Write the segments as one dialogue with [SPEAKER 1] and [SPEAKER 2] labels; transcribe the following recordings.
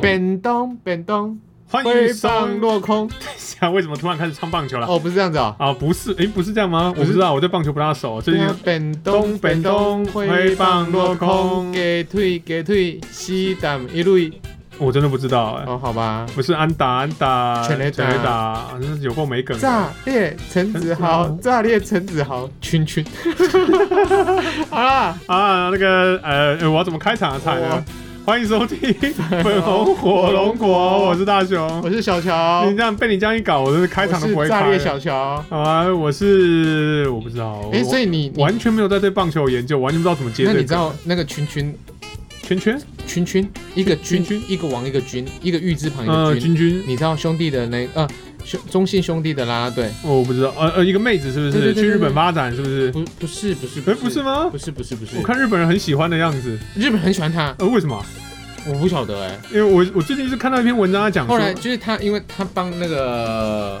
[SPEAKER 1] 便当便当，
[SPEAKER 2] 欢
[SPEAKER 1] 挥
[SPEAKER 2] 迎啊
[SPEAKER 1] 棒
[SPEAKER 2] 上落。
[SPEAKER 1] 落空。
[SPEAKER 2] 等一下，为什么突然开始唱棒球了？
[SPEAKER 1] 哦，不是这样子啊。
[SPEAKER 2] 啊，不是，诶，不是这样吗？
[SPEAKER 1] 不
[SPEAKER 2] 我
[SPEAKER 1] 是啊
[SPEAKER 2] 不知道，我对棒球不大熟。最近
[SPEAKER 1] 便当便当，挥棒落空，给退给退，西挡一垒。
[SPEAKER 2] 我真的不知道，哎，
[SPEAKER 1] 哦，好吧。
[SPEAKER 2] 不是安打安打
[SPEAKER 1] 全垒打
[SPEAKER 2] 全垒打，真是有够没梗的。
[SPEAKER 1] 炸裂陈子豪，
[SPEAKER 2] 陈
[SPEAKER 1] 炸裂陈子豪，圈圈。 好啦，
[SPEAKER 2] 啊，那个呃，呃我要怎么开场啊？惨了！欢迎收听 《粉红火龙果》，我是大雄。
[SPEAKER 1] 我是小乔
[SPEAKER 2] 你，这样被你这样一搞，我真是开
[SPEAKER 1] 我
[SPEAKER 2] 场都不
[SPEAKER 1] 是
[SPEAKER 2] 会
[SPEAKER 1] 炸
[SPEAKER 2] 开
[SPEAKER 1] 裂
[SPEAKER 2] 了。
[SPEAKER 1] 小乔。
[SPEAKER 2] 好啊，我是我不知道，
[SPEAKER 1] 哎，
[SPEAKER 2] 我
[SPEAKER 1] 所以你你
[SPEAKER 2] 完全没有在对棒球有研究，完全不知道怎么接
[SPEAKER 1] 那
[SPEAKER 2] 这
[SPEAKER 1] 你知
[SPEAKER 2] 个
[SPEAKER 1] 道那个圈圈
[SPEAKER 2] 圈圈，
[SPEAKER 1] 圈圈，一个君
[SPEAKER 2] 圈
[SPEAKER 1] 一个王，一个君，一个玉字旁，一
[SPEAKER 2] 呃，
[SPEAKER 1] 个君。
[SPEAKER 2] 君君，
[SPEAKER 1] 你知道兄弟的那呃兄中信兄弟的啦啦队？
[SPEAKER 2] 我不知道，呃呃，一个妹子是
[SPEAKER 1] 对
[SPEAKER 2] 不
[SPEAKER 1] 对对
[SPEAKER 2] 是去
[SPEAKER 1] 对
[SPEAKER 2] 日本
[SPEAKER 1] 对
[SPEAKER 2] 发展？是不是？
[SPEAKER 1] 不不是不是
[SPEAKER 2] 哎，不是吗？
[SPEAKER 1] 不是不是不是
[SPEAKER 2] 我，看日本人很喜欢的样子，
[SPEAKER 1] 日本很喜欢他，
[SPEAKER 2] 呃，为什么？
[SPEAKER 1] 我不晓得哎。
[SPEAKER 2] 因为我我最近是看到一篇文章，他讲
[SPEAKER 1] 后来
[SPEAKER 2] 说，
[SPEAKER 1] 就是他，因为他帮那个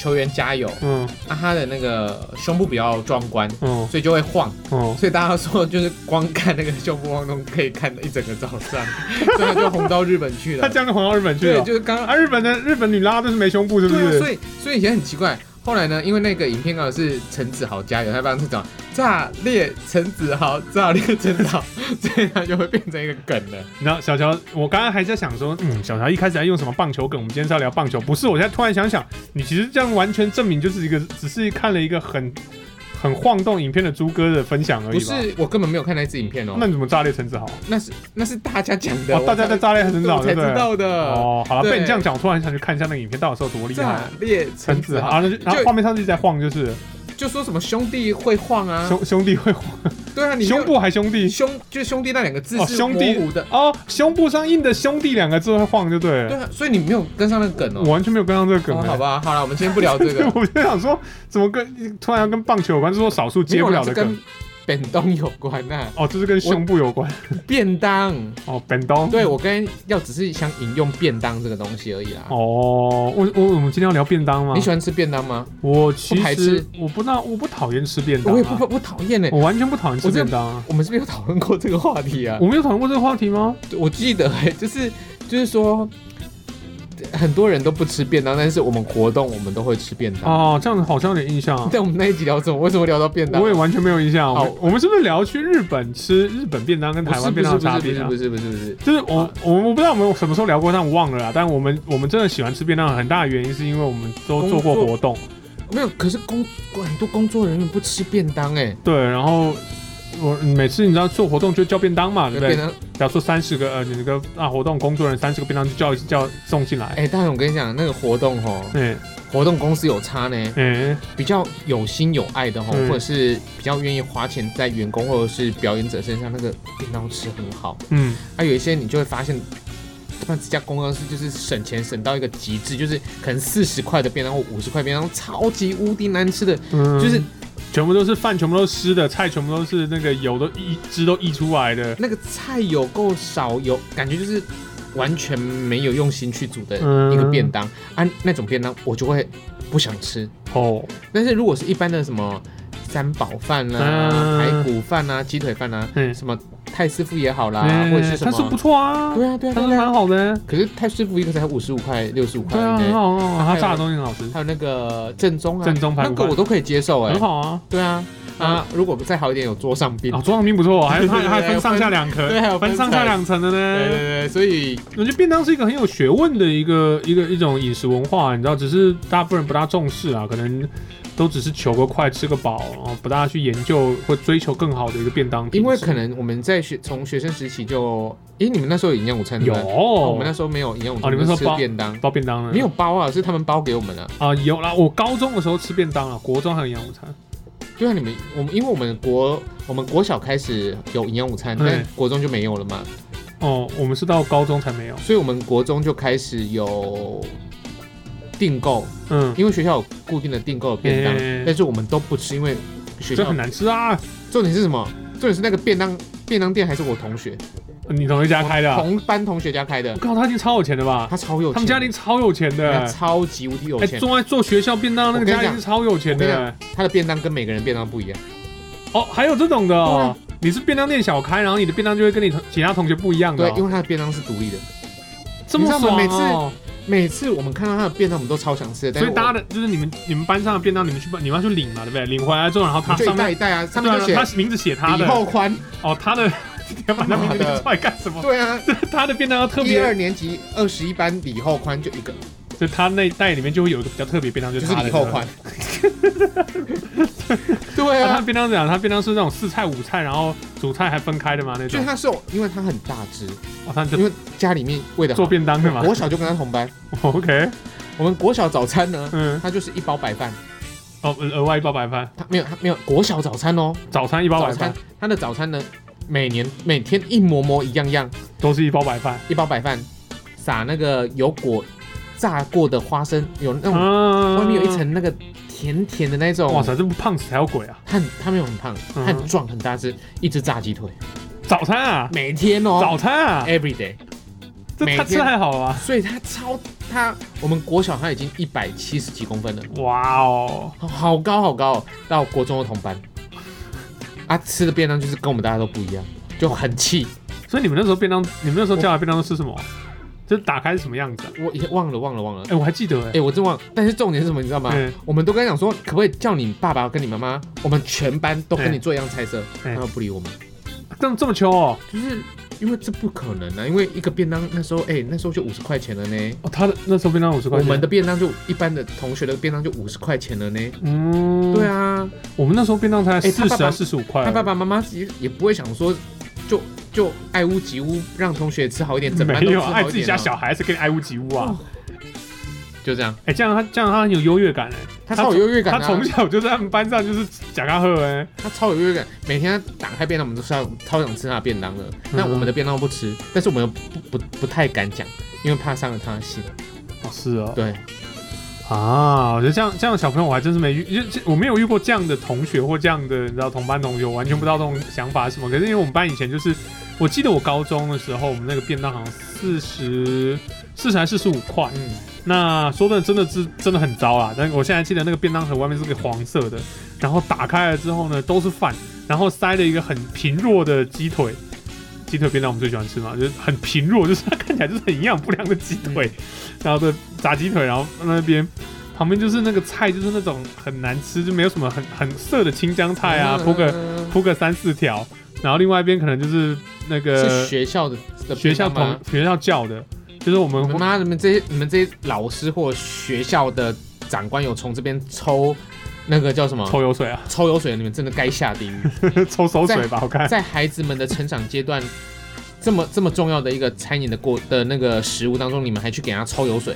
[SPEAKER 1] 球员加油，
[SPEAKER 2] 嗯，
[SPEAKER 1] 啊，他的那个胸部比较壮观，
[SPEAKER 2] 哦
[SPEAKER 1] 所以就会晃，
[SPEAKER 2] 哦，
[SPEAKER 1] 所以大家说就是光看那个胸部晃动可以看一整个早上， 所以他就红到日本去
[SPEAKER 2] 他
[SPEAKER 1] 了。
[SPEAKER 2] 这样就红到日本去
[SPEAKER 1] 啊对，
[SPEAKER 2] 了。
[SPEAKER 1] 就是刚刚
[SPEAKER 2] 啊，日本的日本女拉都是没胸部，是不
[SPEAKER 1] 对啊，
[SPEAKER 2] 是？
[SPEAKER 1] 所以所以也很奇怪。后来呢，因为那个影片刚好是陈子豪加油，他帮他找炸裂陈子豪，炸裂陈子豪， 所以他就会变成一个梗了。
[SPEAKER 2] 然后小乔，我刚刚还在想说，嗯，小乔一开始在用什么棒球梗？我们今天是要聊棒球，不是？我现在突然想想，你其实这样完全证明就是一个，只是看了一个很很晃动影片的猪哥的分享而
[SPEAKER 1] 不
[SPEAKER 2] 已吧。
[SPEAKER 1] 是，我根本没有看那支影片哦，
[SPEAKER 2] 那你怎么炸裂陈子豪？
[SPEAKER 1] 那是那是大家讲的，
[SPEAKER 2] 哦，大家在炸裂陈
[SPEAKER 1] 啊我
[SPEAKER 2] 子
[SPEAKER 1] 才我才
[SPEAKER 2] 豪，对
[SPEAKER 1] 知
[SPEAKER 2] 不对？
[SPEAKER 1] 道的。
[SPEAKER 2] 哦，好了，
[SPEAKER 1] 对
[SPEAKER 2] 被你这样讲，我突然想去看一下那个影片到底是有多厉
[SPEAKER 1] 炸
[SPEAKER 2] 害。
[SPEAKER 1] 裂
[SPEAKER 2] 陈
[SPEAKER 1] 陈
[SPEAKER 2] 子
[SPEAKER 1] 子
[SPEAKER 2] 豪，
[SPEAKER 1] 豪
[SPEAKER 2] 啊，那就然后
[SPEAKER 1] 就
[SPEAKER 2] 画面上一直在晃，就是
[SPEAKER 1] 就说什么兄弟会晃啊，
[SPEAKER 2] 兄兄弟会晃，
[SPEAKER 1] 对啊，你
[SPEAKER 2] 胸部还兄弟
[SPEAKER 1] 兄就是兄弟那两个字
[SPEAKER 2] 哦
[SPEAKER 1] 是
[SPEAKER 2] 兄弟
[SPEAKER 1] 模糊的，
[SPEAKER 2] 哦，胸部上印的“兄弟”两个字会晃，就对
[SPEAKER 1] 对
[SPEAKER 2] 了。
[SPEAKER 1] 啊，所以你没有跟上那个梗
[SPEAKER 2] 我
[SPEAKER 1] 哦。
[SPEAKER 2] 完全没有跟上这个梗、
[SPEAKER 1] 哦
[SPEAKER 2] 欸
[SPEAKER 1] 好吧，好了，我们先不聊这个，
[SPEAKER 2] 我就想说，怎么跟突然要跟棒球有关？是说少数接不了
[SPEAKER 1] 没
[SPEAKER 2] 的
[SPEAKER 1] 有啦
[SPEAKER 2] 梗
[SPEAKER 1] 是跟本东有关呐、
[SPEAKER 2] 哦，这是跟胸部有关
[SPEAKER 1] 便当。
[SPEAKER 2] 哦，本东
[SPEAKER 1] 对，我跟要只是想引用便当这个东西而已啦。
[SPEAKER 2] 哦，我我我们今天要聊便当吗
[SPEAKER 1] 你？喜欢吃便当吗？
[SPEAKER 2] 我其
[SPEAKER 1] 不排
[SPEAKER 2] 实
[SPEAKER 1] 斥
[SPEAKER 2] 我不那我不讨厌吃便当、
[SPEAKER 1] 我
[SPEAKER 2] 啊，
[SPEAKER 1] 也不不不讨厌呢。
[SPEAKER 2] 我完全不讨厌吃
[SPEAKER 1] 我这
[SPEAKER 2] 便当、啊。
[SPEAKER 1] 我们是不是有讨论过这个话题啊？
[SPEAKER 2] 我没有讨论过这个话题吗？
[SPEAKER 1] 我记得 哎、就是就是说，很多人都不吃便当，但是我们活动我们都会吃便 当。
[SPEAKER 2] 哦，这样子好像有点印象啊、
[SPEAKER 1] 但我们那一集聊什么？为什么聊到便当？
[SPEAKER 2] 我也完全没有印象。我
[SPEAKER 1] 好
[SPEAKER 2] 们我们是不是聊去日本吃日本便当跟
[SPEAKER 1] 不
[SPEAKER 2] 台
[SPEAKER 1] 哦是
[SPEAKER 2] 湾便当的差别啊
[SPEAKER 1] 不？是不是不是不是不是，
[SPEAKER 2] 就是我我我不知道我们什么时候聊过，但我忘了啦。但我们我们真的喜欢吃便当，很大的原因是因为我们都做
[SPEAKER 1] 工
[SPEAKER 2] 过
[SPEAKER 1] 作
[SPEAKER 2] 活动，
[SPEAKER 1] 没有。可是工很多工作人员不吃便当哎、
[SPEAKER 2] 对，然后。我每次你知道做活动就叫便当嘛，对不啊对
[SPEAKER 1] 便？当
[SPEAKER 2] 假如说三十个呃，你这个啊活动工作人员三十个便当就叫叫送进来。
[SPEAKER 1] 哎、大勇，我跟你讲，那个活动吼，
[SPEAKER 2] 嗯
[SPEAKER 1] 活动公司有差呢，
[SPEAKER 2] 嗯
[SPEAKER 1] 比较有心有爱的吼，
[SPEAKER 2] 嗯
[SPEAKER 1] 或者是比较愿意花钱在员工或者是表演者身上，那个便当吃很好。
[SPEAKER 2] 嗯，
[SPEAKER 1] 啊，有一些你就会发现，他们这家公关公司就是省钱省到一个极致，就是可能四十块的便当或五十块便当，超级无敌难吃的，
[SPEAKER 2] 嗯
[SPEAKER 1] 就是
[SPEAKER 2] 全部都是饭，全部都是湿的，菜全部都是那个油都溢汁都溢出来的。
[SPEAKER 1] 那个菜有够少，有感觉就是完全没有用心去煮的
[SPEAKER 2] 嗯
[SPEAKER 1] 一个便当、啊，那种便当我就会不想吃。
[SPEAKER 2] 哦，
[SPEAKER 1] 但是如果是一般的什么三宝饭啊、
[SPEAKER 2] 嗯
[SPEAKER 1] 排骨饭啊、鸡腿饭啊，
[SPEAKER 2] 嗯，
[SPEAKER 1] 什么泰师傅也好啦，
[SPEAKER 2] 嗯
[SPEAKER 1] 啊或者是什
[SPEAKER 2] 它
[SPEAKER 1] 么，
[SPEAKER 2] 是不错啊，
[SPEAKER 1] 对啊对啊
[SPEAKER 2] 它
[SPEAKER 1] 对
[SPEAKER 2] 是
[SPEAKER 1] 啊对啊。
[SPEAKER 2] 蛮好的。
[SPEAKER 1] 可是泰师傅一个才五十五块、六十五块
[SPEAKER 2] 对啊，
[SPEAKER 1] 以
[SPEAKER 2] 很
[SPEAKER 1] 内，
[SPEAKER 2] 好很好，
[SPEAKER 1] 还
[SPEAKER 2] 它
[SPEAKER 1] 有
[SPEAKER 2] 炸的东西很好吃，
[SPEAKER 1] 还有那个正宗啊，
[SPEAKER 2] 正宗排
[SPEAKER 1] 那
[SPEAKER 2] 骨
[SPEAKER 1] 个
[SPEAKER 2] 饭
[SPEAKER 1] 我都可以接受哎、
[SPEAKER 2] 很好啊。
[SPEAKER 1] 对啊啊，如果再好一点有桌上宾，
[SPEAKER 2] 哦，中上冰不错，还有它
[SPEAKER 1] 对对对
[SPEAKER 2] 还分上下
[SPEAKER 1] 分
[SPEAKER 2] 两层，
[SPEAKER 1] 对还有分
[SPEAKER 2] 分上
[SPEAKER 1] 层
[SPEAKER 2] 下两嗯层的
[SPEAKER 1] 对对
[SPEAKER 2] 呢。
[SPEAKER 1] 对，所以
[SPEAKER 2] 我觉得便当是一个很有学问的一个一个一种饮食文化，你知道，只是大部分人不大重视啊，可能都只是求个快吃个饱，然后不大去研究或追求更好的一个便当品质。
[SPEAKER 1] 因为可能我们在学从学生时期就，诶，你们那时候有营养午餐
[SPEAKER 2] 有
[SPEAKER 1] 对不对哦我们那时候没有营养午餐，
[SPEAKER 2] 哦你们
[SPEAKER 1] 我
[SPEAKER 2] 说
[SPEAKER 1] 就
[SPEAKER 2] 包
[SPEAKER 1] 吃便当，
[SPEAKER 2] 包便当呢？
[SPEAKER 1] 没有包啊，是他们包给我们的、
[SPEAKER 2] 啊、有啦，我高中的时候吃便当了，啊国中还有营养午餐。
[SPEAKER 1] 对啊，你们我们因为我们国我们国小开始有营养午餐，
[SPEAKER 2] 对
[SPEAKER 1] 但国中就没有了嘛，
[SPEAKER 2] 哦，我们是到高中才没有。
[SPEAKER 1] 所以我们国中就开始有订购，
[SPEAKER 2] 嗯，
[SPEAKER 1] 因为学校有固定的订购的便当，
[SPEAKER 2] 嗯
[SPEAKER 1] 但是我们都不吃，因为学
[SPEAKER 2] 这
[SPEAKER 1] 校
[SPEAKER 2] 很难吃啊！
[SPEAKER 1] 重点是什么？重点是那个便当便当店还是我同学
[SPEAKER 2] 你同学家开的、啊？
[SPEAKER 1] 同班同学家开的
[SPEAKER 2] 我，靠，他已经超有钱的吧？
[SPEAKER 1] 他超有钱，
[SPEAKER 2] 他们家庭超有钱的、
[SPEAKER 1] 人家超级无敌有
[SPEAKER 2] 哎、
[SPEAKER 1] 钱，
[SPEAKER 2] 做做学校便当那个家庭是超有钱的、
[SPEAKER 1] 他的便当跟每个人便当不一样。
[SPEAKER 2] 哦，还有这种的
[SPEAKER 1] 啊
[SPEAKER 2] 哦。你是便当店小开，然后你的便当就会跟你同其他同学不一样的、
[SPEAKER 1] 对，因
[SPEAKER 2] 哦。
[SPEAKER 1] 为他的便当是独立的，
[SPEAKER 2] 这么
[SPEAKER 1] 你知道
[SPEAKER 2] 爽、
[SPEAKER 1] 吗
[SPEAKER 2] 哦、
[SPEAKER 1] 每次每次我们看到他的便当，我们都超想吃的，但
[SPEAKER 2] 所
[SPEAKER 1] 是
[SPEAKER 2] 以大家
[SPEAKER 1] 的
[SPEAKER 2] 的就是你们你们班上的便当，你们去你们要去领嘛，对不对？领回来之后，然后他
[SPEAKER 1] 就
[SPEAKER 2] 上
[SPEAKER 1] 一袋
[SPEAKER 2] 面
[SPEAKER 1] 一袋啊，上
[SPEAKER 2] 对
[SPEAKER 1] 面就
[SPEAKER 2] 啊
[SPEAKER 1] 写
[SPEAKER 2] 他名字写他
[SPEAKER 1] 李
[SPEAKER 2] 的
[SPEAKER 1] 厚宽，
[SPEAKER 2] 哦，他的 你要把他名
[SPEAKER 1] 妈
[SPEAKER 2] 字
[SPEAKER 1] 的
[SPEAKER 2] 念出来干什么？
[SPEAKER 1] 对啊，
[SPEAKER 2] 他的便当要哦特
[SPEAKER 1] 一
[SPEAKER 2] 别，
[SPEAKER 1] 二年级二十一班李厚宽就一个，
[SPEAKER 2] 就他那一袋里面就会有一个比较特别便当，就
[SPEAKER 1] 就是是
[SPEAKER 2] 他的
[SPEAKER 1] 李厚 宽。对
[SPEAKER 2] 那他
[SPEAKER 1] 啊，
[SPEAKER 2] 便当怎样？他便当是那种四菜五菜，然后主菜还分开的吗？那
[SPEAKER 1] 就是
[SPEAKER 2] 种？
[SPEAKER 1] 他是我，因为他很大只，
[SPEAKER 2] 哦，他就
[SPEAKER 1] 因为家里面喂的
[SPEAKER 2] 做便当的嘛。
[SPEAKER 1] 国小就跟他同班，
[SPEAKER 2] OK，
[SPEAKER 1] 我们国小早餐呢，
[SPEAKER 2] 嗯，
[SPEAKER 1] 他就是一包白饭，
[SPEAKER 2] 哦，额额外一包白饭，
[SPEAKER 1] 他没有他没有国小早餐哦，
[SPEAKER 2] 早餐一包
[SPEAKER 1] 早
[SPEAKER 2] 白
[SPEAKER 1] 餐
[SPEAKER 2] 饭，
[SPEAKER 1] 他的早餐呢，每年每天一模模一样样，
[SPEAKER 2] 都是一包白饭。
[SPEAKER 1] 一包白饭，撒那个有果炸过的花生，有那种
[SPEAKER 2] 嗯，
[SPEAKER 1] 外面有一。层那个甜甜的那种，
[SPEAKER 2] 哇塞，这不胖死还有鬼啊！
[SPEAKER 1] 他很他没有很胖，他
[SPEAKER 2] 嗯
[SPEAKER 1] 很壮很大只，一只炸鸡腿，
[SPEAKER 2] 早餐啊，
[SPEAKER 1] 每天哦，
[SPEAKER 2] 早餐啊，
[SPEAKER 1] every day，
[SPEAKER 2] 这
[SPEAKER 1] 每
[SPEAKER 2] 他
[SPEAKER 1] 天
[SPEAKER 2] 吃还好啊。
[SPEAKER 1] 所以他超他我们国小他已经一百七十几公分了。
[SPEAKER 2] 哇哦，
[SPEAKER 1] 好好高好高、哦，到国中的同班，啊，吃的便当就是跟我们大家都不一样，就很气。
[SPEAKER 2] 所以你们那时候便当，你们那时候叫的便当都吃什么？就打开是什么样子啊？
[SPEAKER 1] 我也忘了忘了忘了
[SPEAKER 2] 哎、，我还记得哎、
[SPEAKER 1] 哎、我真忘了。但是重点是什么，你知道吗？
[SPEAKER 2] 嗯
[SPEAKER 1] 我们都跟他讲说，可不可以叫你爸爸跟你妈妈，我们全班都跟
[SPEAKER 2] 嗯
[SPEAKER 1] 你做一样菜色，
[SPEAKER 2] 嗯
[SPEAKER 1] 他们不理我们，
[SPEAKER 2] 这么这么秋哦，
[SPEAKER 1] 就是因为这不可能啊，因为一个便当那时候，哎、那时候就五十块钱了呢。
[SPEAKER 2] 哦，他的那时候便当五十
[SPEAKER 1] 我
[SPEAKER 2] 块钱，
[SPEAKER 1] 们的便当就一般的同学的便当就五十块钱了呢。
[SPEAKER 2] 嗯，
[SPEAKER 1] 对，啊，
[SPEAKER 2] 我们那时候便当才
[SPEAKER 1] 哎他爸
[SPEAKER 2] 四十
[SPEAKER 1] 爸
[SPEAKER 2] 啊，四十五块，
[SPEAKER 1] 他爸爸妈妈也也不会想说就就爱屋及乌，让同学吃好一点，整班都
[SPEAKER 2] 没
[SPEAKER 1] 吃
[SPEAKER 2] 有
[SPEAKER 1] 好一点、啊哦
[SPEAKER 2] 爱自己家，小孩是跟你爱屋及乌啊，
[SPEAKER 1] 就这样，
[SPEAKER 2] 哎、这样他这样他很有优越感哎、
[SPEAKER 1] 他超有优越感、
[SPEAKER 2] 他
[SPEAKER 1] 啊，
[SPEAKER 2] 从小就在他们班上就是假咖喝哎，
[SPEAKER 1] 他超有优越感，每天他打开便当，我们都是要超想吃他的便当的。
[SPEAKER 2] 嗯
[SPEAKER 1] 那我们的便当不吃，但是我们又不不不太敢讲，因为怕伤了他的心。
[SPEAKER 2] 哦是哦，
[SPEAKER 1] 对，
[SPEAKER 2] 啊，我觉得这样这样的小朋友我还真是没遇，就我没有遇过这样的同学或这样的你知道同班同学，我完全不知道这种想法是什么。可是因为我们班以前就是，我记得我高中的时候，我们那个便当好像四十四十还四十五块，
[SPEAKER 1] 嗯，
[SPEAKER 2] 那说真的真的是真的很糟啊。但我现在记得那个便当盒外面是个黄色的，然后打开了之后呢都是饭，然后塞了一个很平弱的鸡腿。鸡腿便当我们最喜欢吃嘛，就是很平弱，就是它看起来就是很营养不良的鸡腿，然后的炸鸡腿，然后那边旁边就是那个菜，就是那种很难吃，就没有什么很很涩的青江菜
[SPEAKER 1] 嗯
[SPEAKER 2] 啊，铺个
[SPEAKER 1] 呃
[SPEAKER 2] 铺个三四条，然后另外一边可能就是那
[SPEAKER 1] 是
[SPEAKER 2] 个
[SPEAKER 1] 学校的的
[SPEAKER 2] 学校
[SPEAKER 1] 便当
[SPEAKER 2] 同
[SPEAKER 1] 吗？
[SPEAKER 2] 学校叫的，就是我们
[SPEAKER 1] 你们妈，你们这些你们这些老师或学校的长官有从这边抽那个叫什么
[SPEAKER 2] 抽油水啊。
[SPEAKER 1] 抽油水，你们真的该下地狱。
[SPEAKER 2] 抽手水吧，我看。
[SPEAKER 1] 在孩子们的成长阶段，这么这么重要的一个餐饮的过的那个食物当中，你们还去给他抽油水，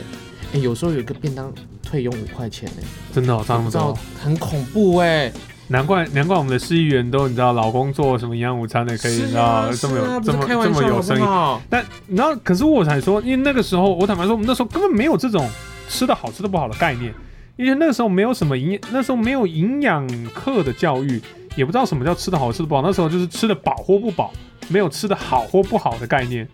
[SPEAKER 1] 哎、有时候有一个便当退佣五块钱呢、
[SPEAKER 2] 真的、哦，差
[SPEAKER 1] 我
[SPEAKER 2] 不
[SPEAKER 1] 不知道
[SPEAKER 2] 多。
[SPEAKER 1] 很恐怖哎、
[SPEAKER 2] 难怪难怪我们的市议员都你知道，老公做什么营养午餐的可以，你知
[SPEAKER 1] 是
[SPEAKER 2] 道
[SPEAKER 1] 啊，
[SPEAKER 2] 这么
[SPEAKER 1] 是啊
[SPEAKER 2] 有
[SPEAKER 1] 不
[SPEAKER 2] 这
[SPEAKER 1] 是
[SPEAKER 2] 么
[SPEAKER 1] 开
[SPEAKER 2] 这
[SPEAKER 1] 玩
[SPEAKER 2] 么
[SPEAKER 1] 笑
[SPEAKER 2] 有生意
[SPEAKER 1] 好不。好
[SPEAKER 2] 但你知道，可是我才说，因为那个时候我坦白说，我们那时候根本没有这种吃的好吃的不好的概念，因为那个时候没有什么营，那时候没有营养课的教育，也不知道什么叫吃的好吃的不好，那时候就是吃的饱或不饱，没有吃的好或不好的概念，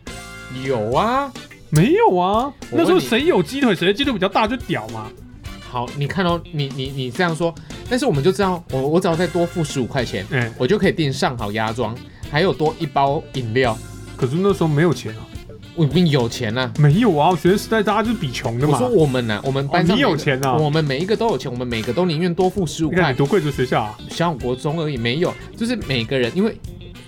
[SPEAKER 1] 有啊，
[SPEAKER 2] 没有啊。
[SPEAKER 1] 我问
[SPEAKER 2] 那时候
[SPEAKER 1] 你
[SPEAKER 2] 谁有鸡腿，谁的鸡腿比较大就屌嘛。
[SPEAKER 1] 好，你看哦，你你你这样说，但是我们就知道，我我只要再多付十五块钱，
[SPEAKER 2] 哎、
[SPEAKER 1] 我就可以订上好鸭装，还有多一包饮料，
[SPEAKER 2] 可是那时候没有钱啊。
[SPEAKER 1] 我已经有钱了、
[SPEAKER 2] 没有啊，学生时代大家就是比穷的
[SPEAKER 1] 我
[SPEAKER 2] 嘛。
[SPEAKER 1] 说我们呢、啊我们班
[SPEAKER 2] 哦
[SPEAKER 1] 上、
[SPEAKER 2] 你有钱啊
[SPEAKER 1] 我们每一个都有钱，我们每个都宁愿多付十五
[SPEAKER 2] 你看
[SPEAKER 1] 块
[SPEAKER 2] 你，读贵族学校啊，
[SPEAKER 1] 小国中而已，没有，就是每个人因为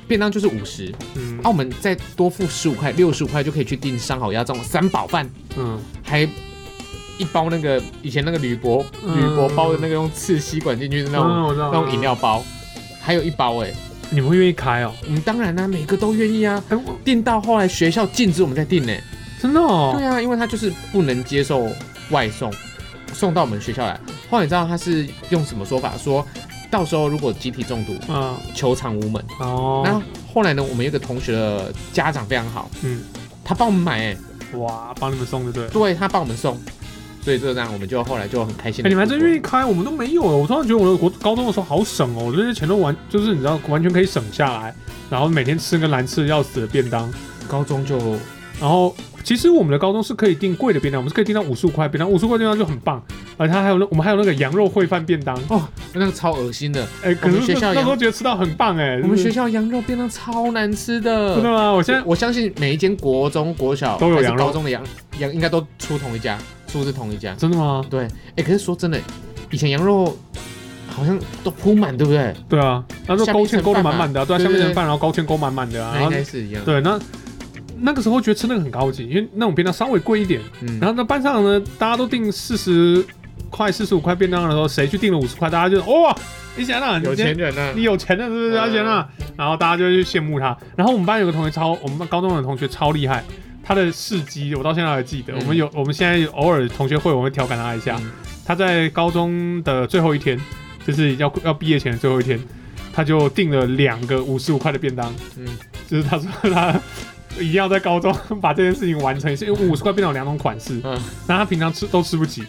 [SPEAKER 1] 便当就是五十，
[SPEAKER 2] 嗯
[SPEAKER 1] 啊，我们再多付十五块，六十五块就可以去订三好鸭这种三宝饭，
[SPEAKER 2] 嗯，
[SPEAKER 1] 还一包那个以前那个铝箔
[SPEAKER 2] 嗯
[SPEAKER 1] 铝箔包的那个用刺吸管进去的那种、
[SPEAKER 2] 嗯我知道
[SPEAKER 1] 那种饮，料包，还有一包哎、
[SPEAKER 2] 你们会愿意开哦？
[SPEAKER 1] 嗯，当然啦、每个都愿意啊。
[SPEAKER 2] 哎，我
[SPEAKER 1] 订到后来学校禁止我们再订呢、
[SPEAKER 2] 真的哦
[SPEAKER 1] 对，啊，因为他就是不能接受外送，送到我们学校来。后来你知道他是用什么说法？说到时候如果集体中毒，
[SPEAKER 2] 嗯
[SPEAKER 1] 球场无门。然
[SPEAKER 2] 哦，
[SPEAKER 1] 后后来呢，我们有一个同学的家长非常好，
[SPEAKER 2] 嗯，
[SPEAKER 1] 他帮我们买、欸，
[SPEAKER 2] 哇，帮你们送的对。
[SPEAKER 1] 对他帮我们送，所以就这样，我们就后来就很开心
[SPEAKER 2] 哎，
[SPEAKER 1] 地度
[SPEAKER 2] 你
[SPEAKER 1] 过。
[SPEAKER 2] 们还真愿意开，我们都没有。啊我突然觉得我的国高中的时候好省哦，我这些钱都完，就是你知道完全可以省下来，然后每天吃跟难吃的要死的便当，
[SPEAKER 1] 高中就
[SPEAKER 2] 然后其实我们的高中是可以订贵的便当，我们是可以订到五十五块便当，五十块便当就很棒。而他还有那我们还有那个羊肉烩饭便当，
[SPEAKER 1] 哦，那个超恶心的，
[SPEAKER 2] 哎，可
[SPEAKER 1] 我们
[SPEAKER 2] 是
[SPEAKER 1] 学
[SPEAKER 2] 那
[SPEAKER 1] 校
[SPEAKER 2] 那时候
[SPEAKER 1] 羊
[SPEAKER 2] 觉得吃到很棒哎，
[SPEAKER 1] 我们
[SPEAKER 2] 就是
[SPEAKER 1] 学校羊肉便当超难吃的。
[SPEAKER 2] 真的吗？我现在
[SPEAKER 1] 我相信每一间国中、国小
[SPEAKER 2] 都有
[SPEAKER 1] 还是
[SPEAKER 2] 羊肉
[SPEAKER 1] 高中的羊羊应该都出同一家，出自同一家。
[SPEAKER 2] 真的吗？
[SPEAKER 1] 对，哎、可是说真的，以前羊肉好像都铺满，对不对？
[SPEAKER 2] 对啊，那时候勾芡勾的满满的啊，对啊，
[SPEAKER 1] 下
[SPEAKER 2] 下
[SPEAKER 1] 面
[SPEAKER 2] 面
[SPEAKER 1] 一层
[SPEAKER 2] 层饭，然后勾芡勾满满的啊，
[SPEAKER 1] 那
[SPEAKER 2] 然
[SPEAKER 1] 应
[SPEAKER 2] 后
[SPEAKER 1] 该是一样。
[SPEAKER 2] 对那。那个时候觉得吃那个很高级，因为那种便当稍微贵一点。
[SPEAKER 1] 嗯，
[SPEAKER 2] 然后那班上呢，大家都订四十块、四十五块便当的时候，谁去订了五十块，大家就哇，你想想，你
[SPEAKER 1] 有
[SPEAKER 2] 今天
[SPEAKER 1] 钱人啊
[SPEAKER 2] 你，有钱了是不是？
[SPEAKER 1] 嗯
[SPEAKER 2] 阿贤啊，然后大家就去羡慕他。然后我们班有个同学超，我们班高中有个同学超厉害，他的事迹我到现在还记得。
[SPEAKER 1] 嗯
[SPEAKER 2] 我们有我们现在有偶尔同学会我会调侃他一下。
[SPEAKER 1] 嗯
[SPEAKER 2] 他在高中的最后一天，就是要要毕业前的最后一天，他就订了两个五十五块的便当。
[SPEAKER 1] 嗯，
[SPEAKER 2] 就是他说他一定要在高中 把这件事情完成一次，因为五十块便当有两种款式，
[SPEAKER 1] 嗯
[SPEAKER 2] 然后他平常吃都吃不起。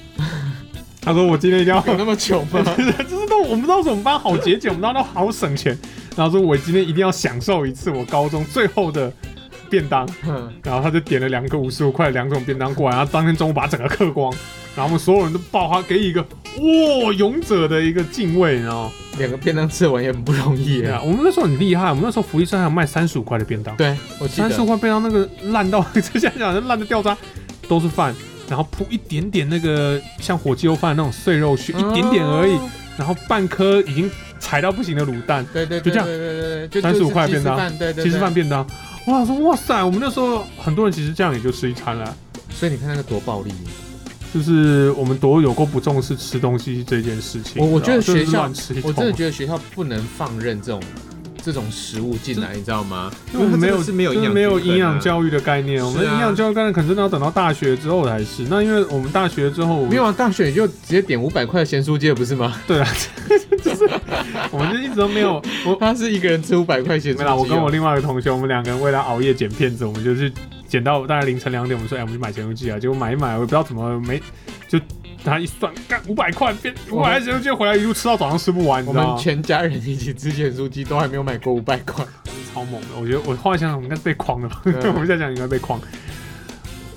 [SPEAKER 2] 他说我今天一定要
[SPEAKER 1] 有那么 穷 吗？
[SPEAKER 2] 就是都我们不知道怎么办好节俭，我们知道好省钱。然后说我今天一定要享受一次我高中最后的便当，
[SPEAKER 1] 嗯
[SPEAKER 2] 然后他就点了两个五十五块的两种便当过来，然后当天中午把整个嗑光，然后我们所有人都爆发给予一个哇勇者的一个敬畏，你知道吗？
[SPEAKER 1] 两个便当吃完也很不容易
[SPEAKER 2] 对啊
[SPEAKER 1] 耶。，
[SPEAKER 2] 我们那时候很厉害，我们那时候福利社还有卖三十五块的便当，
[SPEAKER 1] 对，我记
[SPEAKER 2] 三十
[SPEAKER 1] 得。
[SPEAKER 2] 五块便当那个烂到现在想像烂的掉渣，都是饭，然后铺一点点那个像火鸡肉饭那种碎肉屑，一点点而已，
[SPEAKER 1] 哦，
[SPEAKER 2] 然后半颗已经柴到不行的卤蛋，
[SPEAKER 1] 对对，
[SPEAKER 2] 就这样
[SPEAKER 1] 对对对对，就
[SPEAKER 2] 35块
[SPEAKER 1] 就是
[SPEAKER 2] 便当
[SPEAKER 1] 鸡丝饭对对，
[SPEAKER 2] 其实
[SPEAKER 1] 对
[SPEAKER 2] 饭。便当。我想说，哇塞，我们那时候很多人其实这样也就吃一餐了，
[SPEAKER 1] 所以你看那个多暴力，
[SPEAKER 2] 就是我们多有够不重视吃东西这件事情。
[SPEAKER 1] 我我
[SPEAKER 2] 你知
[SPEAKER 1] 觉
[SPEAKER 2] 道
[SPEAKER 1] 得学
[SPEAKER 2] 吗真的
[SPEAKER 1] 校
[SPEAKER 2] 是乱吃一
[SPEAKER 1] 我真的
[SPEAKER 2] 通，
[SPEAKER 1] 觉得学校不能放任这种这种食物进来，你知道吗？
[SPEAKER 2] 因为我们没
[SPEAKER 3] 因为它真
[SPEAKER 2] 有
[SPEAKER 3] 的是没有
[SPEAKER 2] 真
[SPEAKER 3] 营
[SPEAKER 2] 的
[SPEAKER 3] 养
[SPEAKER 2] 没有
[SPEAKER 3] 均衡
[SPEAKER 2] 营养
[SPEAKER 3] 啊
[SPEAKER 2] 教育的概念，我们
[SPEAKER 3] 是啊
[SPEAKER 2] 营养教育概念可能真的要等到大学之后才是。那因为我们大学之后，我们
[SPEAKER 1] 没有啊，大学你就直接点五百块的咸酥鸡了不是吗？
[SPEAKER 2] 对啊，就是我们就一直都没有我
[SPEAKER 1] 他是一个人吃五百块钱、
[SPEAKER 2] 没啦，我跟
[SPEAKER 1] 哦
[SPEAKER 2] 我另外一个同学，我们两个人为了熬夜剪片子，我们就是剪到大概凌晨两点，我们说，哎、我们去买咸酥鸡啊，结果买一买，我也不知道怎么没，就他一算，干五百块，变
[SPEAKER 1] 我
[SPEAKER 2] 五
[SPEAKER 1] 们
[SPEAKER 2] 百块咸酥鸡回来一路吃到早上吃不 完，你
[SPEAKER 1] 我
[SPEAKER 2] 知道啊
[SPEAKER 1] 们
[SPEAKER 2] 吗？
[SPEAKER 1] 全家人一起吃咸酥鸡都还没有买过五百块，
[SPEAKER 2] 超猛的，我觉得我后来想想，我们应该是被框的吧，
[SPEAKER 1] 对
[SPEAKER 2] 我们在讲应该被框。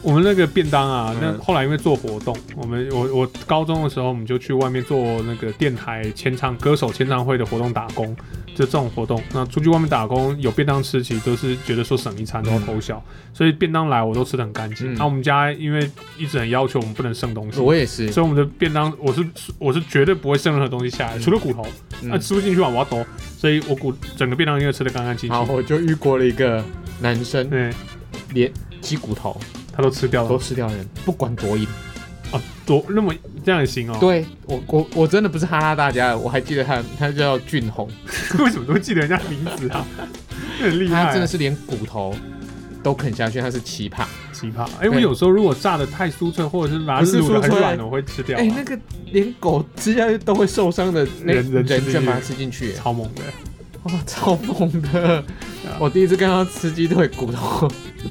[SPEAKER 2] 我们那个便当啊，那
[SPEAKER 1] 嗯
[SPEAKER 2] 后来因为做活动，我们我我高中的时候，我们就去外面做那个电台签唱歌手签唱会的活动打工，就这种活动。那出去外面打工有便当吃，其实都是觉得说省一餐都要偷笑，所以便当来我都吃的很干
[SPEAKER 1] 嗯
[SPEAKER 2] 净。那、我们家因为一直很要求我们不能剩东西，
[SPEAKER 1] 我也是，
[SPEAKER 2] 所以我们的便当我是我是绝对不会剩任何东西下来，
[SPEAKER 1] 嗯
[SPEAKER 2] 除了骨头，啊
[SPEAKER 1] 嗯
[SPEAKER 2] 那、吃不进去嘛，我要抖，所以我骨整个便当应该吃的干干净净
[SPEAKER 1] 好，。我就遇过了一个男生，
[SPEAKER 2] 对，
[SPEAKER 1] 连鸡骨头
[SPEAKER 2] 他都吃掉
[SPEAKER 1] 都
[SPEAKER 2] 了，
[SPEAKER 1] 吃掉人，不管多硬。
[SPEAKER 2] 啊，多那么这样也行哦。
[SPEAKER 1] 对我，我我真的不是哈拉大家的，我还记得他，他叫俊宏，
[SPEAKER 2] 为什么都记得人家名字啊？ 很厉害啊，
[SPEAKER 1] 他真的是连骨头都啃下去，他是奇葩。
[SPEAKER 2] 奇葩。哎，我
[SPEAKER 1] 对
[SPEAKER 2] 有时候如果炸的太酥脆，或者是拿
[SPEAKER 1] 不是
[SPEAKER 2] 卤的很
[SPEAKER 1] 酥脆
[SPEAKER 2] 软的，我会吃掉啊。
[SPEAKER 1] 哎、那个连狗吃下去都会受伤的，那
[SPEAKER 2] 人人吃进
[SPEAKER 1] 人
[SPEAKER 2] 去
[SPEAKER 1] 怎么吃进去？
[SPEAKER 2] 超猛的，
[SPEAKER 1] 哇、超猛 的！
[SPEAKER 2] 啊
[SPEAKER 1] 我第一次看到吃鸡腿骨头，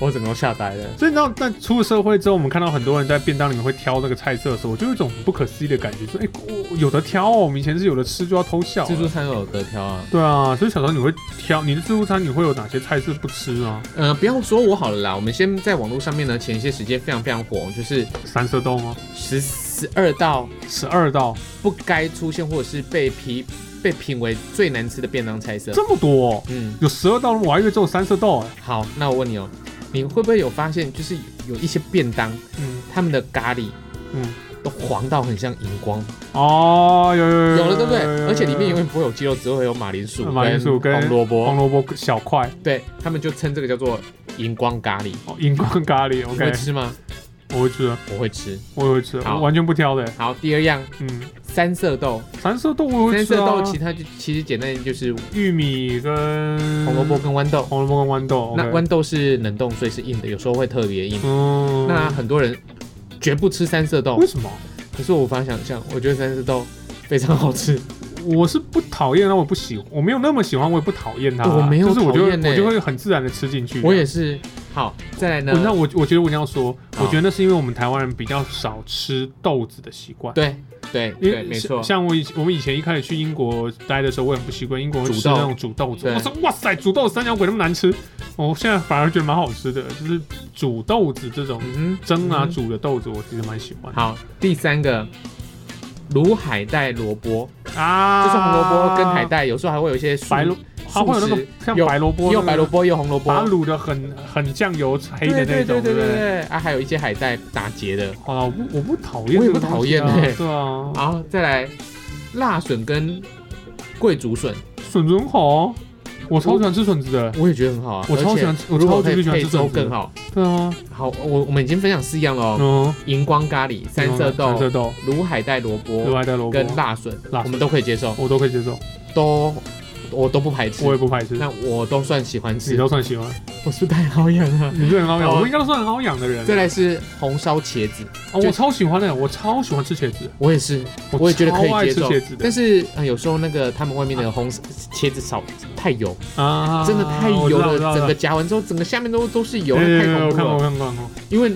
[SPEAKER 1] 我整个都吓呆了。
[SPEAKER 2] 所以你知道，在出了社会之后，我们看到很多人在便当里面会挑那个菜色的时候，我就有一种不可思议的感觉，说：“哎，我有的挑哦，我们以前是有的吃就要偷笑了。啊
[SPEAKER 1] 自助餐有得挑啊，
[SPEAKER 2] 对啊，所以小时候你会挑你的自助餐，你会有哪些菜是不吃啊？
[SPEAKER 1] 呃，不要说我好了啦，我们先在网络上面呢，前一些时间非常非常火，就是
[SPEAKER 2] 三色豆吗？
[SPEAKER 1] 十十二道
[SPEAKER 2] 十二道
[SPEAKER 1] 不该出现或者是被批被评为最难吃的便当菜色。
[SPEAKER 2] 这么多、哦，
[SPEAKER 1] 嗯，
[SPEAKER 2] 有十二道，我还以为只有三色豆哎、
[SPEAKER 1] 好，那我问你哦，你会不会有发现，就是有一些便当，
[SPEAKER 2] 嗯
[SPEAKER 1] 他们的咖喱
[SPEAKER 2] 嗯，
[SPEAKER 1] 都黄到很像荧光，
[SPEAKER 2] 哦，有有
[SPEAKER 1] 有了对不对？而且里面永远不会有鸡肉，只会有马铃薯、
[SPEAKER 2] 马铃薯跟
[SPEAKER 1] 红萝卜
[SPEAKER 2] 红，萝卜小块，
[SPEAKER 1] 对他们就称这个叫做荧光咖喱。
[SPEAKER 2] 哦荧光咖喱
[SPEAKER 1] 你会
[SPEAKER 2] ，OK，
[SPEAKER 1] 吃吗？
[SPEAKER 2] 我会吃，
[SPEAKER 1] 我会吃。
[SPEAKER 2] 我会吃，
[SPEAKER 1] 好
[SPEAKER 2] 我完全不挑的，
[SPEAKER 1] 好，第二样
[SPEAKER 2] 嗯，
[SPEAKER 1] 三色豆，
[SPEAKER 2] 三色豆我会
[SPEAKER 1] 三
[SPEAKER 2] 吃
[SPEAKER 1] 色
[SPEAKER 2] 啊，
[SPEAKER 1] 豆其他就其实简单的就是
[SPEAKER 2] 玉米跟
[SPEAKER 1] 红萝卜，跟豌豆。
[SPEAKER 2] 红萝卜跟豌豆，
[SPEAKER 1] 那
[SPEAKER 2] 嗯 OK
[SPEAKER 1] 豌豆是冷冻，所以是硬的，有时候会特别硬。
[SPEAKER 2] 嗯，
[SPEAKER 1] 那很多人绝不吃三色豆
[SPEAKER 2] 为，什么？
[SPEAKER 1] 可是我无法想象，我觉得三色豆非常好吃。
[SPEAKER 2] 嗯我是不讨厌，但我不喜，我没有那么喜欢，我也不讨厌它
[SPEAKER 1] 对我，没有
[SPEAKER 2] 就是我就
[SPEAKER 1] 讨
[SPEAKER 2] 会
[SPEAKER 1] 厌欸
[SPEAKER 2] 我就会很自然的吃进去，
[SPEAKER 1] 我也是。好，再来呢
[SPEAKER 2] 我。那我我觉得我一定要说，
[SPEAKER 1] 好
[SPEAKER 2] 我觉得那是因为我们台湾人比较少吃豆子的习惯。
[SPEAKER 1] 对，对对，
[SPEAKER 2] 因为
[SPEAKER 1] 没
[SPEAKER 2] 像
[SPEAKER 1] 错，
[SPEAKER 2] 像我以前我们以前一开始去英国待的时候，我也很不习惯英国会
[SPEAKER 1] 煮
[SPEAKER 2] 吃
[SPEAKER 1] 豆
[SPEAKER 2] 那种煮豆子。
[SPEAKER 1] 对
[SPEAKER 2] 我说哇塞，煮豆子三角鬼那么难吃，我现在反而觉得蛮好吃的，就是煮豆子这种
[SPEAKER 1] 嗯
[SPEAKER 2] 蒸啊
[SPEAKER 1] 嗯
[SPEAKER 2] 煮的豆子，我其实蛮喜欢
[SPEAKER 1] 哼，好，第三个。卤海带萝卜，
[SPEAKER 2] 啊。
[SPEAKER 1] 就是红萝卜跟海，带，有时候还会有一些素
[SPEAKER 2] 白萝它会有那
[SPEAKER 1] 素
[SPEAKER 2] 种
[SPEAKER 1] 食
[SPEAKER 2] 像
[SPEAKER 1] 有
[SPEAKER 2] 白萝卜，
[SPEAKER 1] 又白萝，卜又红萝卜
[SPEAKER 2] 把，它卤的很很酱油黑的那种，
[SPEAKER 1] 对对对
[SPEAKER 2] 不
[SPEAKER 1] 对对啊，还有一些海带打结的。
[SPEAKER 2] 好了，我不我不讨厌，
[SPEAKER 1] 我也不讨厌欸
[SPEAKER 2] 对啊，
[SPEAKER 1] 好，再来辣笋跟桂竹笋，
[SPEAKER 2] 笋子很好哦，我超喜欢吃笋子的，
[SPEAKER 1] 我也觉得很好啊，
[SPEAKER 2] 我超喜欢吃
[SPEAKER 1] 而且如果可以
[SPEAKER 2] 我超级喜欢
[SPEAKER 1] 配
[SPEAKER 2] 吃
[SPEAKER 1] 粥
[SPEAKER 2] 笋子
[SPEAKER 1] 更好。
[SPEAKER 2] 对啊，
[SPEAKER 1] 好，我我们已经分享四样了哦，
[SPEAKER 2] 嗯，
[SPEAKER 1] 荧光咖喱、三色
[SPEAKER 2] 三色
[SPEAKER 1] 豆、
[SPEAKER 2] 豆，
[SPEAKER 1] 卤海带萝
[SPEAKER 2] 另
[SPEAKER 1] 卜
[SPEAKER 2] 外的萝卜
[SPEAKER 1] 跟辣笋
[SPEAKER 2] 辣，笋
[SPEAKER 1] 我们都可以接受，
[SPEAKER 2] 我都可以接受，
[SPEAKER 1] 都我都不排斥
[SPEAKER 2] 我。也不排斥。
[SPEAKER 1] 那我都算喜欢
[SPEAKER 2] 你
[SPEAKER 1] 吃，
[SPEAKER 2] 都算喜欢，
[SPEAKER 1] 我是太好养了。
[SPEAKER 2] 你是很好养，
[SPEAKER 1] 哦
[SPEAKER 2] 我应该都算很好养的人。
[SPEAKER 1] 再来是红烧茄子，
[SPEAKER 2] 哦，
[SPEAKER 1] 就
[SPEAKER 2] 我超喜欢的，我超喜欢吃茄子，
[SPEAKER 1] 我也是，我也觉得可以
[SPEAKER 2] 超爱
[SPEAKER 1] 接
[SPEAKER 2] 吃
[SPEAKER 1] 受
[SPEAKER 2] 茄子的
[SPEAKER 1] 但是啊、呃有时候那个他们外面的红茄子少太油，
[SPEAKER 2] 啊，
[SPEAKER 1] 真的太
[SPEAKER 2] 我知
[SPEAKER 1] 油
[SPEAKER 2] 道
[SPEAKER 1] 了，整。
[SPEAKER 2] 我知道
[SPEAKER 1] 个夹完之后，整个下面都都是油，
[SPEAKER 2] 对对
[SPEAKER 1] 太
[SPEAKER 2] 对对
[SPEAKER 1] 恐
[SPEAKER 2] 我
[SPEAKER 1] 怖
[SPEAKER 2] 看过，我
[SPEAKER 1] 了。
[SPEAKER 2] 看过，我看过。
[SPEAKER 1] 因为